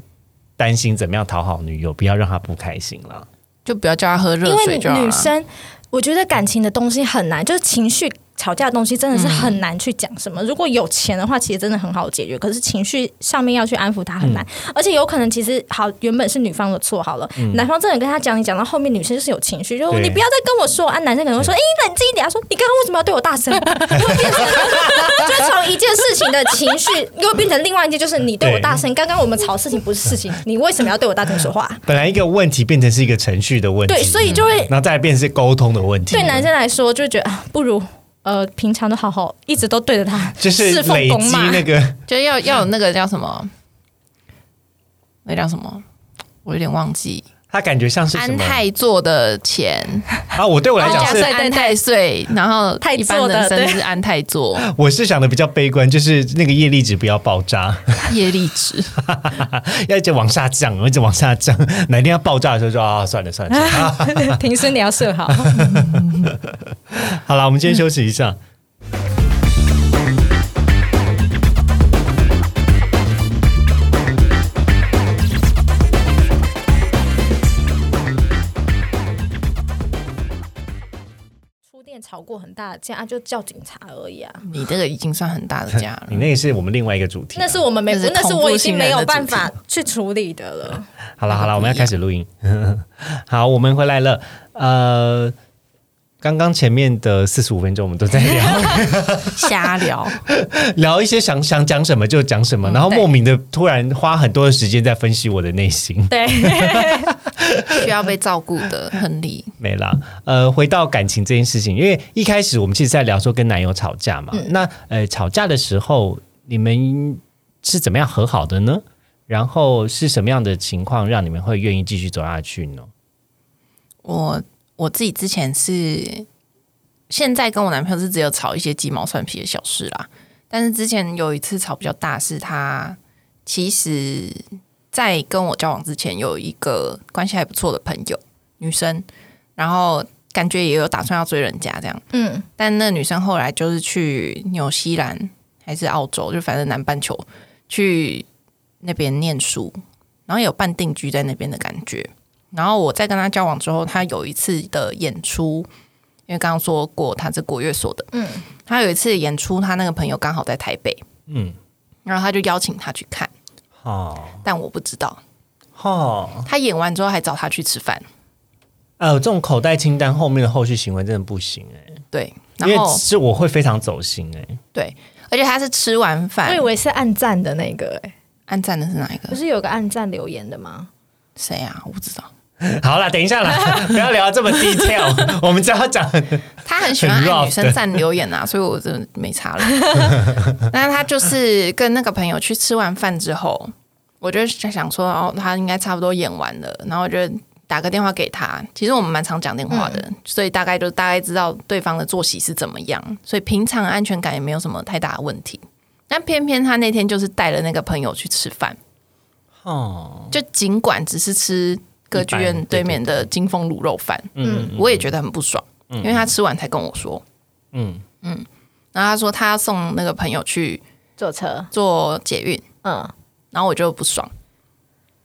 [SPEAKER 4] 担心怎么样讨好女友，不要让她不开心啦。
[SPEAKER 3] 就不要叫他喝热
[SPEAKER 2] 因为
[SPEAKER 3] 水就好了。
[SPEAKER 2] 女生，我觉得感情的东西很难，就是情绪吵架的东西真的是很难去讲
[SPEAKER 3] 嗯
[SPEAKER 2] 什么。如果有钱的话，其实真的很好解决。可是情绪上面要去安抚她很难，
[SPEAKER 3] 嗯
[SPEAKER 2] 而且有可能其实好原本是女方的错好了，男方真的跟她讲，你讲到后面女生就是有情绪，就说
[SPEAKER 4] 对
[SPEAKER 2] 你不要再跟我说啊，男生可能会说，哎、冷静一点。他说你刚刚为什么要对我大 声？就从一件事情的情绪又变成另外一件，就是你对我大声。刚刚我们吵事情不是事情，你为什么要对我大声说话？
[SPEAKER 4] 本来一个问题变成是一个程序的问题，
[SPEAKER 2] 对，所以就
[SPEAKER 3] 嗯
[SPEAKER 2] 会
[SPEAKER 4] 然后再来变成是沟通的问题。
[SPEAKER 2] 对男生来说，就会觉得啊不如呃平常都好好，一直都对着他
[SPEAKER 4] 就是
[SPEAKER 2] 侍奉
[SPEAKER 4] 累
[SPEAKER 2] 公
[SPEAKER 4] 积
[SPEAKER 2] 骂。
[SPEAKER 4] 那个
[SPEAKER 3] 就要要有那个叫什么，那叫什么？我有点忘记。
[SPEAKER 4] 他感觉像是什
[SPEAKER 3] 安
[SPEAKER 4] 么
[SPEAKER 3] 泰座的钱，
[SPEAKER 4] 啊？我对我来讲
[SPEAKER 3] 假
[SPEAKER 4] 是
[SPEAKER 3] 设安泰岁，然后
[SPEAKER 2] 泰
[SPEAKER 3] 一般
[SPEAKER 2] 座的
[SPEAKER 3] 人生
[SPEAKER 2] 对
[SPEAKER 3] 是安 泰座，
[SPEAKER 4] 我是想的比较悲观，就是那个业力值不要爆炸，
[SPEAKER 3] 业力值。
[SPEAKER 4] 要一直往下降，一直往下降。哪天要爆炸的时候就啊，算了算 了，算了
[SPEAKER 2] 平时你要设好，
[SPEAKER 4] 好了，我们今天休息一
[SPEAKER 2] 嗯
[SPEAKER 4] 下。
[SPEAKER 2] 出店吵过很大的架，啊就叫警察而已啊。
[SPEAKER 3] 你这个已经算很大的价了
[SPEAKER 4] 你。那个是我们另外一个主题啊。
[SPEAKER 2] 那是我们没，
[SPEAKER 3] 这是
[SPEAKER 2] 那是
[SPEAKER 3] 恐怖
[SPEAKER 2] 我已
[SPEAKER 3] 情
[SPEAKER 2] 经
[SPEAKER 3] 人
[SPEAKER 2] 没
[SPEAKER 3] 的
[SPEAKER 2] 有
[SPEAKER 3] 主
[SPEAKER 2] 办
[SPEAKER 3] 题
[SPEAKER 2] 法去处理的了。
[SPEAKER 4] 好了好了，我们要开始录音。 好，我们回来了。呃，刚刚前面的四十五分钟，我们都在 聊
[SPEAKER 3] 瞎聊，
[SPEAKER 4] 聊一些想想讲什么就讲什么，然后
[SPEAKER 2] 嗯对
[SPEAKER 4] 莫名的突然花很多的时间在分析我的内心。
[SPEAKER 2] 对，
[SPEAKER 3] 需要被照顾的亨利，
[SPEAKER 4] 没啦，呃，回到感情这件事情，因为一开始我们其实在聊说跟男友吵架
[SPEAKER 3] 嗯
[SPEAKER 4] 嘛，那呃，吵架的时候你们是怎么样和好的呢？然后是什么样的情况让你们会愿意继续走下去呢？
[SPEAKER 3] 我我自己之前是，现在跟我男朋友是只有吵一些鸡毛蒜皮的小事啦。但是之前有一次吵比较大，是他其实，在跟我交往之前有一个关系还不错的朋友，女生，然后感觉也有打算要追人家这样。
[SPEAKER 2] 嗯，
[SPEAKER 3] 但那女生后来就是去纽西兰还是澳洲，就反正南半球去那边念书，然后有办定居在那边的感觉。然后我在跟她交往之后，她有一次的演出，因为刚刚说过她是国乐所的，嗯，她有一次演出，她那个朋友刚好在台北，
[SPEAKER 4] 嗯，
[SPEAKER 3] 然后她就邀请她去看，
[SPEAKER 4] 好，
[SPEAKER 3] 但我不知道，
[SPEAKER 4] 好，
[SPEAKER 3] 她演完之后还找她去吃饭，
[SPEAKER 4] 呃，这种口袋清单后面的后续行为真的不行哎、
[SPEAKER 3] 对，
[SPEAKER 4] 因
[SPEAKER 3] 然
[SPEAKER 4] 为
[SPEAKER 3] 后
[SPEAKER 4] 是我会非常走心哎、
[SPEAKER 3] 对，而且她是吃完
[SPEAKER 2] 我
[SPEAKER 3] 饭
[SPEAKER 2] 以，为是暗赞的那个、哎，
[SPEAKER 3] 按赞的是哪一
[SPEAKER 2] 不
[SPEAKER 3] 个？
[SPEAKER 2] 是有个暗赞留言的吗？
[SPEAKER 3] 谁啊？我不知道。
[SPEAKER 4] 好啦，等一下 啦，不要聊这么 detail，我们只要讲
[SPEAKER 3] 他很喜欢
[SPEAKER 4] 很 rough
[SPEAKER 3] 按女生赞留言啊，所以我真的没差了。但是他就是跟那个朋友去吃完饭之后，我就想说，哦，他应该差不多演完了，然后我就打个电话给他。其实我们蛮常讲电话的，所以大概就大概知道对方的作息是怎么样，所以平常安全感也没有什么太大的问题。但偏偏他那天就是带了那个朋友去吃饭，
[SPEAKER 4] 哦，
[SPEAKER 3] 就尽管只是吃歌剧
[SPEAKER 4] 一般
[SPEAKER 3] 院
[SPEAKER 4] 对
[SPEAKER 3] 对面的金丰卤肉饭，
[SPEAKER 4] 嗯
[SPEAKER 3] 嗯，我也觉得很不爽，因为他吃完才跟我说，
[SPEAKER 4] 嗯
[SPEAKER 3] 嗯嗯，然后他说他要送那个朋友去
[SPEAKER 2] 坐车，
[SPEAKER 3] 做捷运，
[SPEAKER 2] 嗯，
[SPEAKER 3] 然后我就不爽，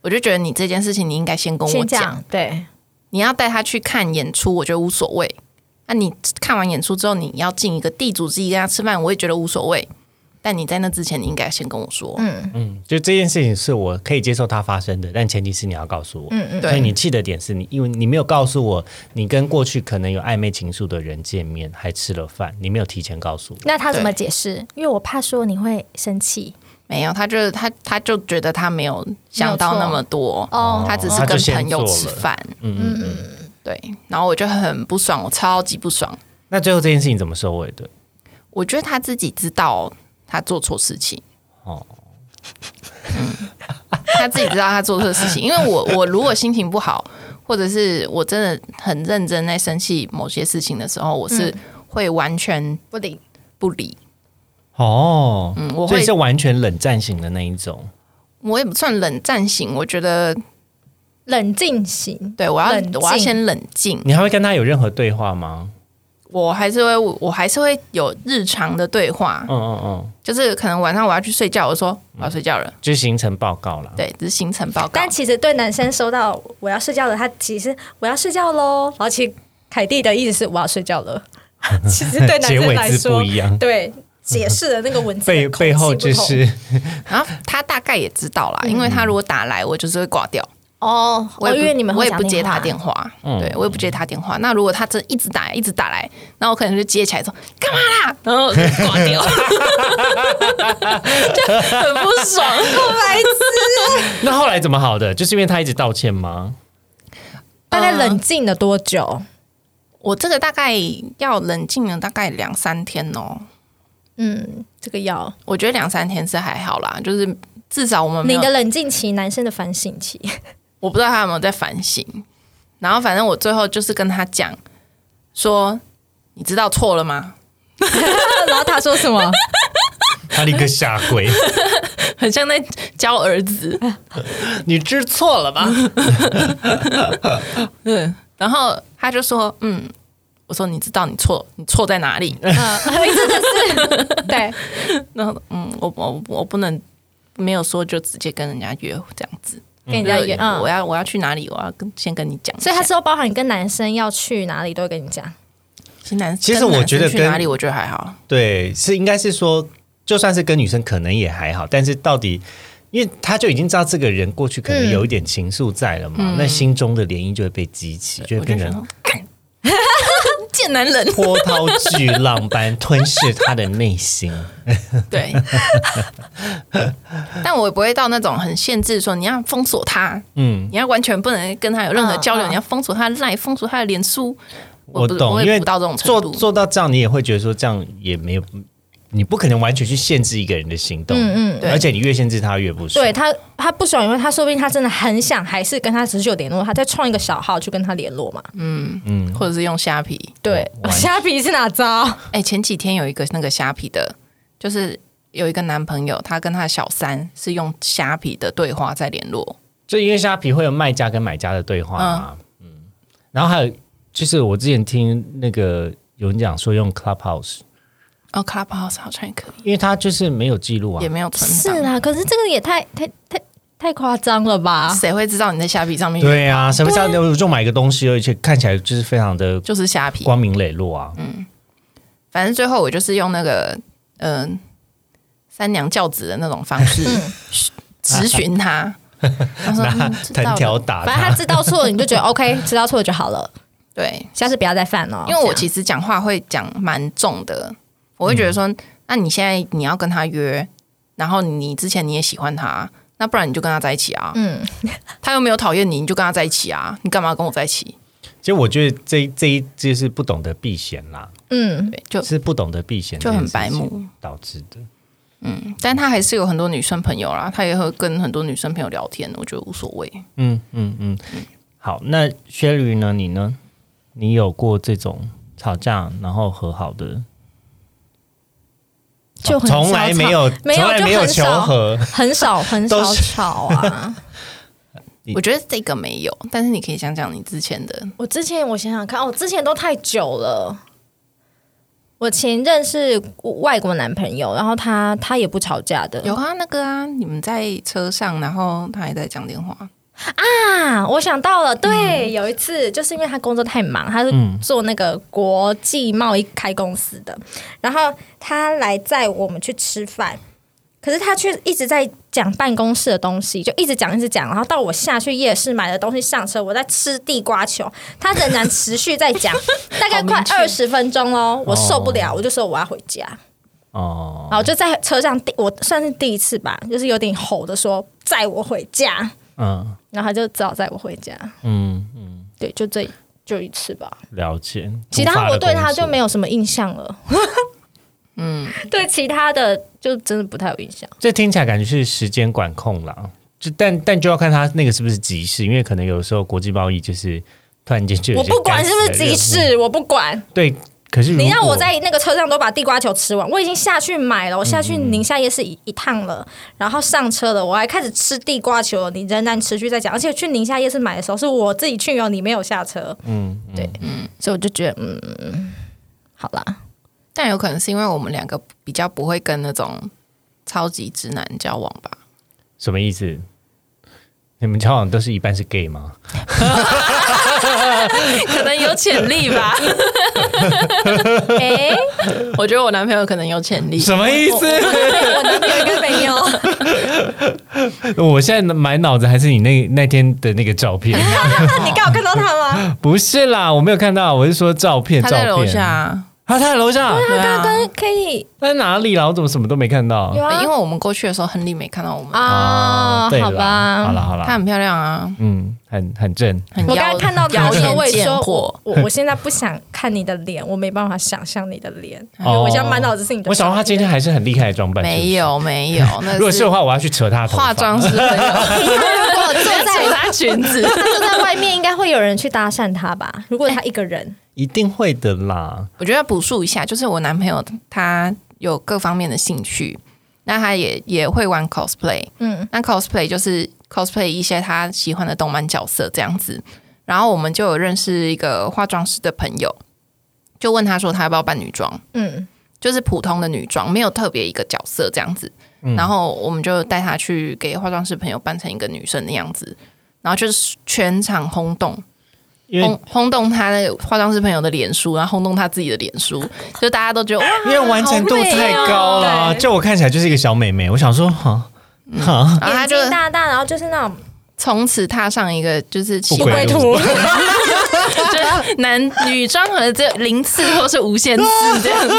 [SPEAKER 3] 我就觉得你这件事情你应该先跟我
[SPEAKER 2] 先
[SPEAKER 3] 讲，
[SPEAKER 2] 讲，对，
[SPEAKER 3] 你要带他去看演出，我觉得无所谓。那、你看完演出之后，你要进一个地主之谊跟他吃饭，我也觉得无所谓。但你在那之前，你应该先跟我说，
[SPEAKER 4] 嗯，就这件事情是我可以接受它发生的，但前提是你要告诉我。
[SPEAKER 2] 嗯嗯，
[SPEAKER 4] 所以
[SPEAKER 3] 对
[SPEAKER 4] 你气的点是你，因为你没有告诉我，你跟过去可能有暧昧情愫的人见面，还吃了饭，你没有提前告诉我。
[SPEAKER 2] 那他怎么
[SPEAKER 3] 对
[SPEAKER 2] 解释？因为我怕说你会生气。
[SPEAKER 3] 没有，他就是他，他就觉得他没有想到那么多，
[SPEAKER 2] 哦
[SPEAKER 3] 他只是
[SPEAKER 4] 他就
[SPEAKER 3] 跟
[SPEAKER 4] 先
[SPEAKER 3] 朋友
[SPEAKER 4] 做
[SPEAKER 3] 吃
[SPEAKER 4] 了
[SPEAKER 3] 饭，
[SPEAKER 4] 嗯嗯嗯。
[SPEAKER 3] 对，然后我就很不爽，我超级不爽，
[SPEAKER 4] 那最后这件事情怎么收尾的？
[SPEAKER 3] 我觉得他自己知道他做错事情，嗯
[SPEAKER 4] 哦，
[SPEAKER 3] 他自己知道他做错的事情。因为我我如果心情不好，或者是我真的很认真在生气某些事情的时候，我是
[SPEAKER 2] 嗯
[SPEAKER 3] 会完全
[SPEAKER 2] 不理。
[SPEAKER 3] 不理。
[SPEAKER 4] 哦，
[SPEAKER 3] 嗯，我
[SPEAKER 4] 所
[SPEAKER 3] 会
[SPEAKER 4] 以是完全冷战型的那一种。
[SPEAKER 3] 我也不算冷战型，我觉得
[SPEAKER 2] 冷静型，
[SPEAKER 3] 对我要
[SPEAKER 2] 冷静
[SPEAKER 3] 我要先冷静，
[SPEAKER 4] 你还会跟他有任何对话吗？
[SPEAKER 3] 我还是会我还是会有日常的对话
[SPEAKER 4] 嗯，嗯嗯，
[SPEAKER 3] 就是可能晚上我要去睡觉，我说我要睡觉了，
[SPEAKER 4] 就行程报告啦。
[SPEAKER 3] 对，这是行程报告
[SPEAKER 2] 但。其实对男生收到我要睡觉了，他其实我要睡觉喽。然后其实凯蒂的意思是我要睡 觉了，其实对男
[SPEAKER 4] 结
[SPEAKER 2] 生
[SPEAKER 4] 尾
[SPEAKER 2] 来
[SPEAKER 4] 字
[SPEAKER 2] 说
[SPEAKER 4] 不，一 样，
[SPEAKER 2] 对解释的那个文字 的
[SPEAKER 4] 背
[SPEAKER 2] 口气
[SPEAKER 4] 背后
[SPEAKER 2] 不
[SPEAKER 4] 就
[SPEAKER 2] 同
[SPEAKER 4] 是
[SPEAKER 3] 然后他大概也知道啦，因为他如果打来，我就是会挂掉。
[SPEAKER 2] 哦，
[SPEAKER 3] 我
[SPEAKER 2] 哦
[SPEAKER 3] 也
[SPEAKER 2] 因
[SPEAKER 3] 不
[SPEAKER 2] 为你们
[SPEAKER 3] 我
[SPEAKER 2] 会
[SPEAKER 3] 也
[SPEAKER 2] 讲
[SPEAKER 3] 不接他
[SPEAKER 2] 话
[SPEAKER 3] 电话，对我也不接他电话。那如果他真一直打来，一直打来，那我可能就接起来说干嘛啦，然后我就挂掉，就很不爽。
[SPEAKER 2] 白痴。
[SPEAKER 4] 那后来怎么好的？就是因为他一直道歉吗？
[SPEAKER 2] 大概冷静了多久？
[SPEAKER 3] 我这个大概要冷静了大概两三天哦，
[SPEAKER 2] 嗯，这个要
[SPEAKER 3] 我觉得两三天是还好啦，就是至少我们
[SPEAKER 2] 你
[SPEAKER 3] 没有
[SPEAKER 2] 的冷静期，男生的反省 期。
[SPEAKER 3] 我不知道他有没有在反省。然后反正我最后就是跟他讲说，你知道错了吗？
[SPEAKER 2] 然后他说什 么？
[SPEAKER 4] 他立刻下 跪，
[SPEAKER 3] 很像在教儿子。
[SPEAKER 4] 你知错了吧？
[SPEAKER 3] 对，嗯然后他就说，嗯，我说你知道你错，你错在哪里？
[SPEAKER 2] 嗯，真的 是对，
[SPEAKER 3] 然后嗯，我我我不能嗯没有说就直接跟人家约这样子。
[SPEAKER 2] 跟人家约。
[SPEAKER 3] 我
[SPEAKER 2] 嗯，
[SPEAKER 3] 要我要去哪里？我要跟先跟你讲一下。
[SPEAKER 2] 所以他说包含跟男生要去哪里都会跟你讲。
[SPEAKER 3] 其实男，
[SPEAKER 4] 其实
[SPEAKER 3] 跟男
[SPEAKER 4] 我觉得
[SPEAKER 3] 生去
[SPEAKER 4] 跟
[SPEAKER 3] 哪里，我觉得还好。
[SPEAKER 4] 对，是应该是说，就算是跟女生可能也还好，但是到底。因为他就已经知道这个人过去可能有一点情愫在了嘛，
[SPEAKER 3] 嗯
[SPEAKER 4] 那心中的涟漪就会被激起，就
[SPEAKER 3] 我
[SPEAKER 4] 会
[SPEAKER 3] 就
[SPEAKER 4] 变
[SPEAKER 3] 想
[SPEAKER 4] 成
[SPEAKER 3] 说，干 贱男人。
[SPEAKER 4] 波涛巨浪般吞噬他的内心。
[SPEAKER 3] 对，但我也不会到那种很限制，说你要封锁他，
[SPEAKER 4] 嗯，
[SPEAKER 3] 你要完全不能跟他有任何
[SPEAKER 2] 嗯
[SPEAKER 3] 交流，
[SPEAKER 2] 嗯
[SPEAKER 3] 你要封锁他的赖，封锁他的脸书。
[SPEAKER 4] 我
[SPEAKER 3] 不
[SPEAKER 4] 懂，
[SPEAKER 3] 我
[SPEAKER 4] 因
[SPEAKER 3] 也
[SPEAKER 4] 为
[SPEAKER 3] 不到这种
[SPEAKER 4] 做
[SPEAKER 3] 程度。
[SPEAKER 4] 做到这样，你也会觉得说这样也没有，你不可能完全去限制一个人的行动，
[SPEAKER 2] 嗯
[SPEAKER 3] 对
[SPEAKER 4] 而且你越限制他越不爽。
[SPEAKER 2] 对他，他不爽，因为他说不定他真的很想，还是跟他只是有联络，他再创一个小号去跟他联络嘛。
[SPEAKER 4] 嗯
[SPEAKER 3] 或者是用虾皮。
[SPEAKER 2] 对，
[SPEAKER 4] 完
[SPEAKER 2] 虾皮是哪招？
[SPEAKER 3] 哎、前几天有一个那个虾皮的，就是有一个男朋友，他跟他小三是用虾皮的对话在联络。
[SPEAKER 4] 就因为虾皮会有卖家跟买家的对话嘛，嗯，然后还有就是我之前听那个有人讲说用 Clubhouse，
[SPEAKER 3] 哦，Clubhouse 好像也可以，
[SPEAKER 4] 因为它就是没有记录啊
[SPEAKER 3] 也，没有存
[SPEAKER 2] 是
[SPEAKER 3] 档，
[SPEAKER 2] 啊，可是这个也太太太太夸张了吧？
[SPEAKER 3] 谁会知道你在虾皮上面？，
[SPEAKER 4] 对啊，谁会知道我就买一个东西，而且看起来就是非常的
[SPEAKER 3] 就是虾皮。
[SPEAKER 4] 光明磊落啊，
[SPEAKER 3] 嗯反正最后我就是用那个嗯、呃三娘教子的那种方式咨询他。他说：“嗯、知道
[SPEAKER 4] 藤
[SPEAKER 3] 了
[SPEAKER 4] 条打
[SPEAKER 2] 反正他
[SPEAKER 4] 他，
[SPEAKER 2] 知道错了，你 就觉得 OK，知道错了就好了，
[SPEAKER 3] 对，
[SPEAKER 2] 下次不要再犯了。
[SPEAKER 3] 因为我
[SPEAKER 2] 这样
[SPEAKER 3] 其实讲话会讲蛮重的，我会觉得说，
[SPEAKER 4] 嗯
[SPEAKER 3] 那你现在你要跟他约，然后你之前你也喜欢他，那不然你就跟他在一起啊，
[SPEAKER 2] 嗯，
[SPEAKER 3] 他又没有讨厌你，你就跟他在一起啊，你干嘛跟我在一起？
[SPEAKER 4] 其实我觉得这这一就是不懂得避嫌啦，
[SPEAKER 2] 嗯，
[SPEAKER 3] 对，就是
[SPEAKER 4] 不懂得避嫌
[SPEAKER 3] 就很白目，
[SPEAKER 4] 导致的。
[SPEAKER 3] 但他还是有很多女生朋友啦，他也会跟很多女生朋友聊天，我觉得无所谓。
[SPEAKER 4] 嗯嗯嗯，好，那薛驴呢？你呢？你有过这种吵架然后和好的？
[SPEAKER 2] 就很少
[SPEAKER 4] 从来没有，
[SPEAKER 2] 吵没
[SPEAKER 4] 从
[SPEAKER 2] 有
[SPEAKER 4] 来
[SPEAKER 2] 就
[SPEAKER 4] 没有
[SPEAKER 2] 很
[SPEAKER 4] 求
[SPEAKER 2] 少
[SPEAKER 4] 和。
[SPEAKER 2] 很少很
[SPEAKER 4] 都
[SPEAKER 2] 少
[SPEAKER 4] 是
[SPEAKER 2] 吵 啊。
[SPEAKER 4] 你
[SPEAKER 3] 我觉得这个没有，但是你可以讲讲你之前的，
[SPEAKER 2] 我之前我想想看，哦，之前都太久了。我前任是外国男朋友，然后他他也不吵架的
[SPEAKER 3] 有啊，那个啊，你们在车上，然后他还在讲电话，
[SPEAKER 2] 啊。我想到了，对，有一次就是因为他工作太忙，他是做那个国际贸易开公司的，然后他来载我们去吃饭。可是他却一直在讲办公室的东西，就一直讲一直讲，然后到我下去夜市买的东西上车，我在吃地瓜球，他仍然持续在讲，大概快
[SPEAKER 3] 明确
[SPEAKER 2] 二十分钟喽，我受不了，我就说我要回家，
[SPEAKER 4] 哦，
[SPEAKER 2] 然后就在车上第我算是第一次吧，就是有点吼的说载我回家，
[SPEAKER 4] 嗯
[SPEAKER 2] 然后他就只好载我回家，
[SPEAKER 4] 嗯嗯，
[SPEAKER 2] 对，就这就一次吧，
[SPEAKER 4] 了解。
[SPEAKER 2] 其他我对他就没
[SPEAKER 4] 有。
[SPEAKER 2] 有什么印象了。嗯，对其他的就真的不太有印象。
[SPEAKER 4] 这听起来感觉是时间管控啦，就但但就要看他那个是不是急事，因为可能有时候国际贸易就是突然间就有
[SPEAKER 2] 我
[SPEAKER 4] 一些
[SPEAKER 2] 不管
[SPEAKER 4] 干
[SPEAKER 2] 是
[SPEAKER 4] 死
[SPEAKER 2] 不
[SPEAKER 4] 的
[SPEAKER 2] 是急
[SPEAKER 4] 任务，
[SPEAKER 2] 事，我不管。
[SPEAKER 4] 对。可是如果
[SPEAKER 2] 你让我在那个车上都把地瓜球吃完，我已经下去买了，我下
[SPEAKER 4] 嗯
[SPEAKER 2] 去宁夏夜市一一趟了，然后上车了，我还开始吃地瓜球了，你仍然持续在讲，而且去宁夏夜市买的时候是我自己去哦，你没有下车，
[SPEAKER 4] 嗯，
[SPEAKER 2] 对，所以我就觉得嗯，好啦，
[SPEAKER 3] 但有可能是因为我们两个比较不会跟那种超级直男交往吧？
[SPEAKER 4] 什么意思？你们交往都是一半是 gay 吗？
[SPEAKER 3] 可能有潜力 吧？
[SPEAKER 2] 哎、
[SPEAKER 3] 我觉得我男朋友可能有潜力。
[SPEAKER 4] 什么意
[SPEAKER 2] 我我男朋友应该没有，
[SPEAKER 4] 思？我现在满脑子还是你那那天的那个照 片，
[SPEAKER 2] 你刚好看到他吗？
[SPEAKER 4] 不是啦，我没有看到，我是说照片，
[SPEAKER 3] 他
[SPEAKER 4] 照
[SPEAKER 3] 在
[SPEAKER 4] 片。
[SPEAKER 3] 楼下，
[SPEAKER 4] 啊，他在楼下，
[SPEAKER 3] 对
[SPEAKER 2] 他
[SPEAKER 3] 啊，
[SPEAKER 2] 跟 Kitty
[SPEAKER 4] 他在哪里啦？我怎么什么都没看到
[SPEAKER 2] 有？啊，
[SPEAKER 3] 因为我们过去的时候，亨利没看到我们，哦
[SPEAKER 2] 啊，
[SPEAKER 4] 对啦
[SPEAKER 2] 好
[SPEAKER 4] 好
[SPEAKER 2] 吧。
[SPEAKER 4] 了好
[SPEAKER 3] 她
[SPEAKER 4] 了，
[SPEAKER 3] 很漂亮啊，
[SPEAKER 4] 嗯，很很正。
[SPEAKER 3] 很
[SPEAKER 2] 我刚才
[SPEAKER 3] 妖
[SPEAKER 2] 看到他
[SPEAKER 3] 妖
[SPEAKER 2] 的时候，
[SPEAKER 3] 艳
[SPEAKER 2] 我也
[SPEAKER 3] 贱
[SPEAKER 2] 说，
[SPEAKER 3] 货
[SPEAKER 2] 我。我我现在不想看你的脸，我没办法想象你的脸，因为我现在满脑子是你的照片。
[SPEAKER 4] 我想说他今天还是很厉害的装扮，是不是
[SPEAKER 3] 没。有没有，那
[SPEAKER 4] 如果是的话，我要去扯他的头发
[SPEAKER 3] 化妆师朋 友，
[SPEAKER 2] 如果坐
[SPEAKER 3] 扯
[SPEAKER 2] 在
[SPEAKER 3] 她裙子。
[SPEAKER 2] 坐在外面，应该会有人去搭讪他吧？如果他一个人，
[SPEAKER 4] 一定会的啦。
[SPEAKER 3] 我觉得要补述一下，就是我男朋友他有各方面的兴趣，那他也也会玩 cosplay，
[SPEAKER 2] 嗯，
[SPEAKER 3] 那 cosplay 就是 cosplay 一些他喜欢的动漫角色这样子。然后我们就有认识一个化妆师的朋友，就问他说他要不要扮女装，
[SPEAKER 2] 嗯，
[SPEAKER 3] 就是普通的女装，没有特别一个角色这样子。然后我们就带他去给化妆师朋友扮成一个女生的样子，然后就是全场轰动，
[SPEAKER 4] 因为
[SPEAKER 3] 轰轰动他的化妆师朋友的脸书，然后轰动他自己的脸书，就大家都觉得哇，
[SPEAKER 4] 因为完成度太高了、
[SPEAKER 3] 好美哦对嗯
[SPEAKER 4] 就我看起来就是一个小妹妹，我想说哈哈，
[SPEAKER 3] 然后他
[SPEAKER 2] 眼
[SPEAKER 3] 就
[SPEAKER 2] 睛大大，然后就是那种
[SPEAKER 3] 从此踏上一个就是奇
[SPEAKER 4] 不
[SPEAKER 3] 怪
[SPEAKER 4] 归
[SPEAKER 2] 归
[SPEAKER 4] 路
[SPEAKER 2] 途，
[SPEAKER 3] 就是男女装可能只有零次或是无限次这样子，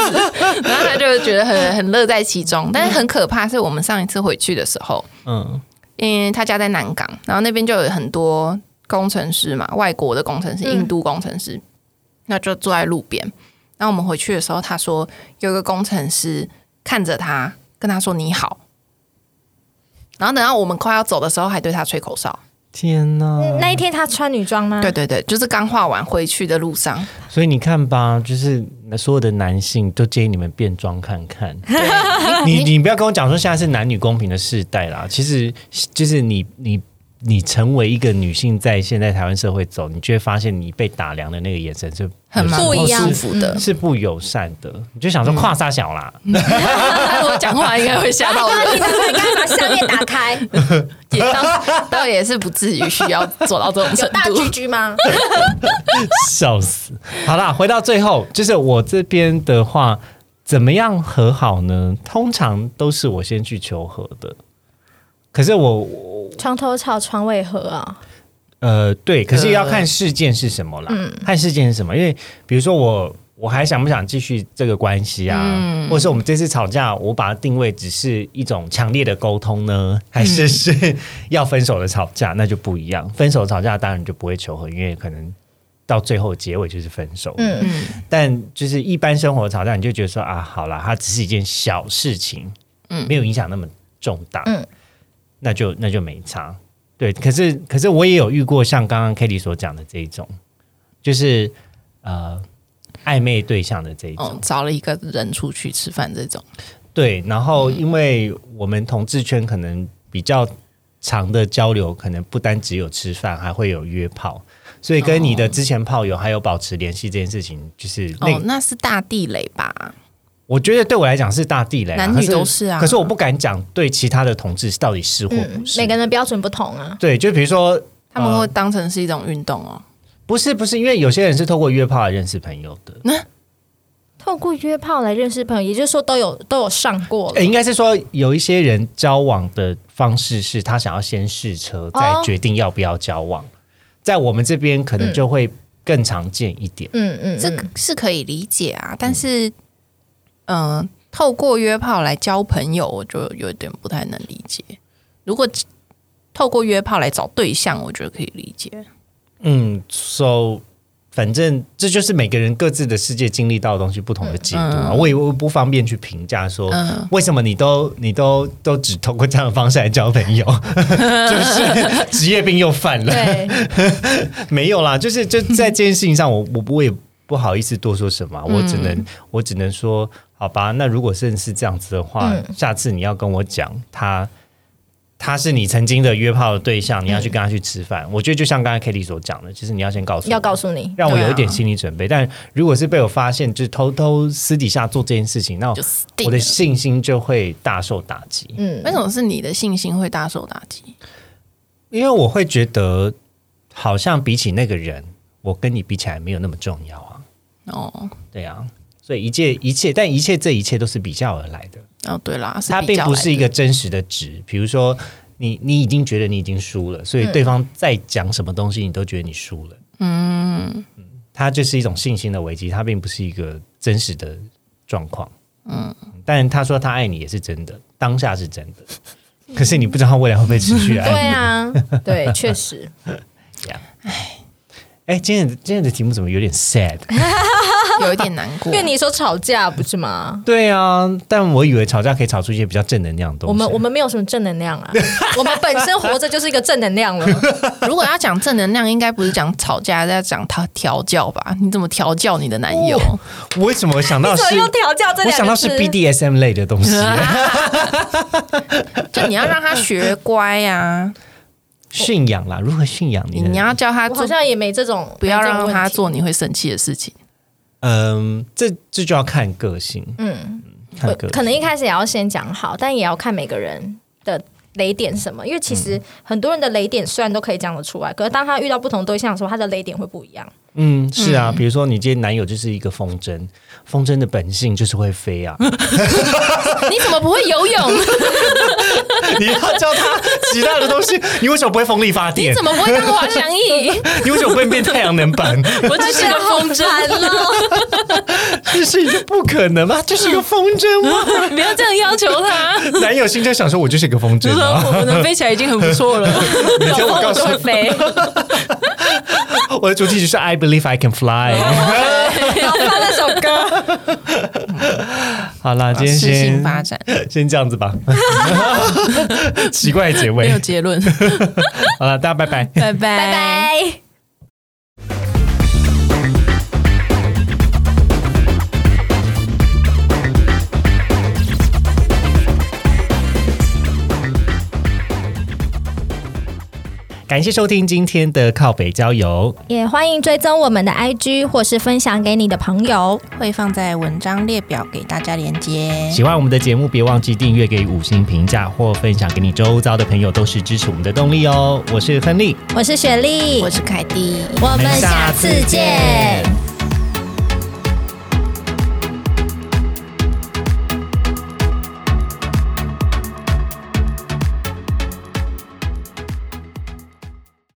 [SPEAKER 3] 然后他就觉得很很乐在其中。但是很可怕，是我们上一次回去的时候，
[SPEAKER 4] 嗯，
[SPEAKER 3] 因为他家在南港，然后那边就有很多工程师嘛，外国的工程师、
[SPEAKER 2] 嗯
[SPEAKER 3] 印度工程师，那就坐在路边。然后我们回去的时候，他说有一个工程师看着他，跟他说你好。然后等到我们快要走的时候，还对他吹口哨。
[SPEAKER 4] 天哪！
[SPEAKER 2] 那一天他穿女装吗？
[SPEAKER 3] 对，对对，就是刚画完回去的 路上，
[SPEAKER 4] 所以你看吧，就是所有的男性都建议你们变装看看。你你不要跟我讲说现在是男女公平的世代啦，其实就是你你你成为一个女性，在现在台湾社会走，你就会发现你被打量的那个眼神是
[SPEAKER 3] 很蛮
[SPEAKER 2] 不一样
[SPEAKER 3] 舒服的。
[SPEAKER 4] 是不友善的，你就想说跨撒小啦，
[SPEAKER 3] 我讲话应该会吓到
[SPEAKER 2] 那你
[SPEAKER 3] 人，
[SPEAKER 2] 男朋友应该把下面打开，
[SPEAKER 3] 也倒倒也是不至于需要做到这 种
[SPEAKER 2] 有
[SPEAKER 3] 程
[SPEAKER 2] 大
[SPEAKER 3] 度
[SPEAKER 2] 居。居吗？
[SPEAKER 4] 笑死！好啦，回到最后，就是我这边的话，怎么样和好呢？通常都是我先去求和的，可是我
[SPEAKER 2] 床头吵，床尾和啊，
[SPEAKER 4] 呃，对，可是要看事件是什么啦，看事件是什么。因为比如说我，我还想不想继续这个关系啊？或者是我们这次吵架，我把它定位只是一种强烈的沟通呢，还是是要分手的吵架？那就不一样。分手吵架当然就不会求和，因为可能到最后结尾就是分手。
[SPEAKER 2] 嗯
[SPEAKER 3] 嗯，
[SPEAKER 4] 但就是一般生活的吵架，你就觉得说啊，好啦，它只是一件小事情，嗯，没有影响那么重大，
[SPEAKER 2] 嗯
[SPEAKER 4] 那就那就没差。对，可是可是我也有遇过像刚刚 k a t i e 所讲的这一种，就是呃暧昧对象的这一种，
[SPEAKER 3] 哦，找了一个人出去吃饭这种，
[SPEAKER 4] 对，然后
[SPEAKER 3] 嗯
[SPEAKER 4] 因为我们同志圈可能比较长的交流，可能不单只有吃饭，还会有约炮，所以跟你的之前炮友还有保持联系这件事情，就是那
[SPEAKER 3] 哦，那是大地雷吧？
[SPEAKER 4] 我觉得对我来讲是大地雷啊、
[SPEAKER 3] 男女
[SPEAKER 4] 可是
[SPEAKER 3] 都是啊
[SPEAKER 4] 可是我不敢讲对其他的同志到底是或
[SPEAKER 2] 嗯
[SPEAKER 4] 不，是。
[SPEAKER 2] 每个人的标准不同啊。
[SPEAKER 4] 对，就比如说，
[SPEAKER 3] 他们会当成是一种运动哦。
[SPEAKER 4] 不是不是，因为有些人是透过约炮来认识朋友的。
[SPEAKER 2] 透过约炮来认识朋友，也就是说都有都有上过了
[SPEAKER 4] 呃诶，应该是说有一些人交往的方式是他想要先试车，再决定要不要交往。在我们这边可能就会更常见一点。
[SPEAKER 2] 嗯嗯，
[SPEAKER 3] 这个是可以理解啊，但是，嗯、透过约炮来交朋友，我就有点不太能理解。如果透过约炮来找对象，我觉得可以理解。
[SPEAKER 4] 嗯，so 反正这就是每个人各自的世界经历到的东西不同的解读啊。我也我不方便去评价说为什么你都你都都只通过这样的方式来交朋友， 就是职业病又犯了。
[SPEAKER 2] 对，
[SPEAKER 4] 没有啦，就是就在这件事情 上，我我我也不好意思多说什
[SPEAKER 3] 嗯
[SPEAKER 4] 么啊，我只能、我只能说，好吧，那如果真的是这样子的话，
[SPEAKER 3] 嗯
[SPEAKER 4] 下次你要跟我讲他。他是你曾经的约炮的对象，你要去跟他去吃
[SPEAKER 3] 嗯
[SPEAKER 4] 饭。我觉得就像刚才 Kitty 所讲的，就是你要先告诉我
[SPEAKER 2] 要告 诉你，
[SPEAKER 4] 让我有一点
[SPEAKER 3] 对啊
[SPEAKER 4] 心理准备。但如果是被我发现，就是偷偷私底下做这件事情，那
[SPEAKER 3] 就死定
[SPEAKER 4] 我的
[SPEAKER 3] 了
[SPEAKER 4] 信心就会大受打击。
[SPEAKER 2] 嗯，
[SPEAKER 3] 为什么是你的信心会大受打击？
[SPEAKER 4] 因为我会觉得，好像比起那个人，我跟你比起来没有那么重要啊。
[SPEAKER 3] 哦
[SPEAKER 4] 对啊，所以一切一切，但一切这一切都是比较而来的，
[SPEAKER 3] 哦，对啦，是
[SPEAKER 4] 它
[SPEAKER 3] 比
[SPEAKER 4] 并
[SPEAKER 3] 较
[SPEAKER 4] 不
[SPEAKER 3] 来
[SPEAKER 4] 是一
[SPEAKER 3] 的
[SPEAKER 4] 个真实的值。比如说，你你已经觉得你已经输了，所以对方再讲什么东西，你都觉得你输了。
[SPEAKER 3] 嗯
[SPEAKER 4] 它就是一种信心的危机，它并不是一个真实的状况。嗯，但他说他爱你也是真的，当下是真的，可是你不知道未来会不会持续爱
[SPEAKER 2] 对
[SPEAKER 4] 你。
[SPEAKER 2] 啊，对，确实，
[SPEAKER 4] 哎，今天的今天的题目怎么有点 sad？
[SPEAKER 3] 有一点难 过
[SPEAKER 2] 因为。你说吵架不是吗？
[SPEAKER 4] 对啊，但我以为吵架可以吵出一些比较正能量的东西。
[SPEAKER 2] 我们我们没有什么正能量啊，我们本身活着就是一个正能量了。啊
[SPEAKER 3] 如果要讲正能量，应该不是讲吵架，要讲他调教吧？你怎么调教你的男友？
[SPEAKER 2] 哦
[SPEAKER 4] 我为什么想到
[SPEAKER 2] 你
[SPEAKER 4] 是
[SPEAKER 2] 怎么用调教这
[SPEAKER 4] 我
[SPEAKER 2] 两
[SPEAKER 4] 想到
[SPEAKER 2] 个
[SPEAKER 4] 是
[SPEAKER 2] 字？
[SPEAKER 4] BDSM 类的东 西，
[SPEAKER 3] 就你要让他学乖呀、
[SPEAKER 4] 驯养啦，如何驯养 你
[SPEAKER 3] 你
[SPEAKER 4] 的？
[SPEAKER 3] 你要叫他
[SPEAKER 2] 我
[SPEAKER 3] 做
[SPEAKER 2] 好，像也没这种，
[SPEAKER 3] 不要
[SPEAKER 2] 没这种
[SPEAKER 3] 让他
[SPEAKER 2] 问题
[SPEAKER 3] 做你会生气的事情。
[SPEAKER 4] 嗯，这这就要看个性，嗯，看个
[SPEAKER 2] 我
[SPEAKER 4] 性
[SPEAKER 2] 可能一开始也要先讲好，但也要看每个人的雷点什么，因为其实很多人的雷点虽然都可以讲得出来，可是当他遇到不同对象的时候，他的雷点会不一 样。
[SPEAKER 4] 嗯是啊，比如说你今天男友就是一个风筝，风筝的本性就是会飞啊，
[SPEAKER 3] 你怎么不会游泳？
[SPEAKER 4] 你要教他其他的东西，你为什么不会风力发电？
[SPEAKER 3] 怎么不会当 滑翔翼？
[SPEAKER 4] 你为什么不会变太阳能板？
[SPEAKER 3] 我只是个风筝，
[SPEAKER 4] 这是一个不可能啊，就是一个风筝啊！
[SPEAKER 3] 不要这样要求 他。
[SPEAKER 4] 男友心中想说，我就是一个风
[SPEAKER 3] 就
[SPEAKER 4] 筝
[SPEAKER 3] 说
[SPEAKER 4] 啊，
[SPEAKER 3] 我能飞起来已经很不错了，
[SPEAKER 4] 每天我告诉
[SPEAKER 3] 就会飞。
[SPEAKER 4] 我的主题曲是 I believe I can fly。
[SPEAKER 2] 然后放那首歌，
[SPEAKER 4] 好啦，今天
[SPEAKER 3] 事情
[SPEAKER 4] 先
[SPEAKER 3] 发展
[SPEAKER 4] 先这样子吧， 奇怪的结
[SPEAKER 3] 没
[SPEAKER 4] 尾
[SPEAKER 3] 有。结论，
[SPEAKER 4] 好了，大家拜拜。
[SPEAKER 2] 拜
[SPEAKER 3] 拜拜拜。
[SPEAKER 2] 拜。
[SPEAKER 4] 感谢收听今天的靠北郊游，
[SPEAKER 2] 也欢迎追踪我们的 IG 或是分享给你的朋友。
[SPEAKER 3] 会放在文章列表给大家连接。
[SPEAKER 4] 喜欢我们的节目，别忘记订阅、给五星评价或分享给你周遭的朋友，都是支持我们的动力哦。我是芬利，
[SPEAKER 2] 我是雪莉
[SPEAKER 3] 我，是凯蒂。
[SPEAKER 2] 我
[SPEAKER 4] 我
[SPEAKER 2] 们下次见。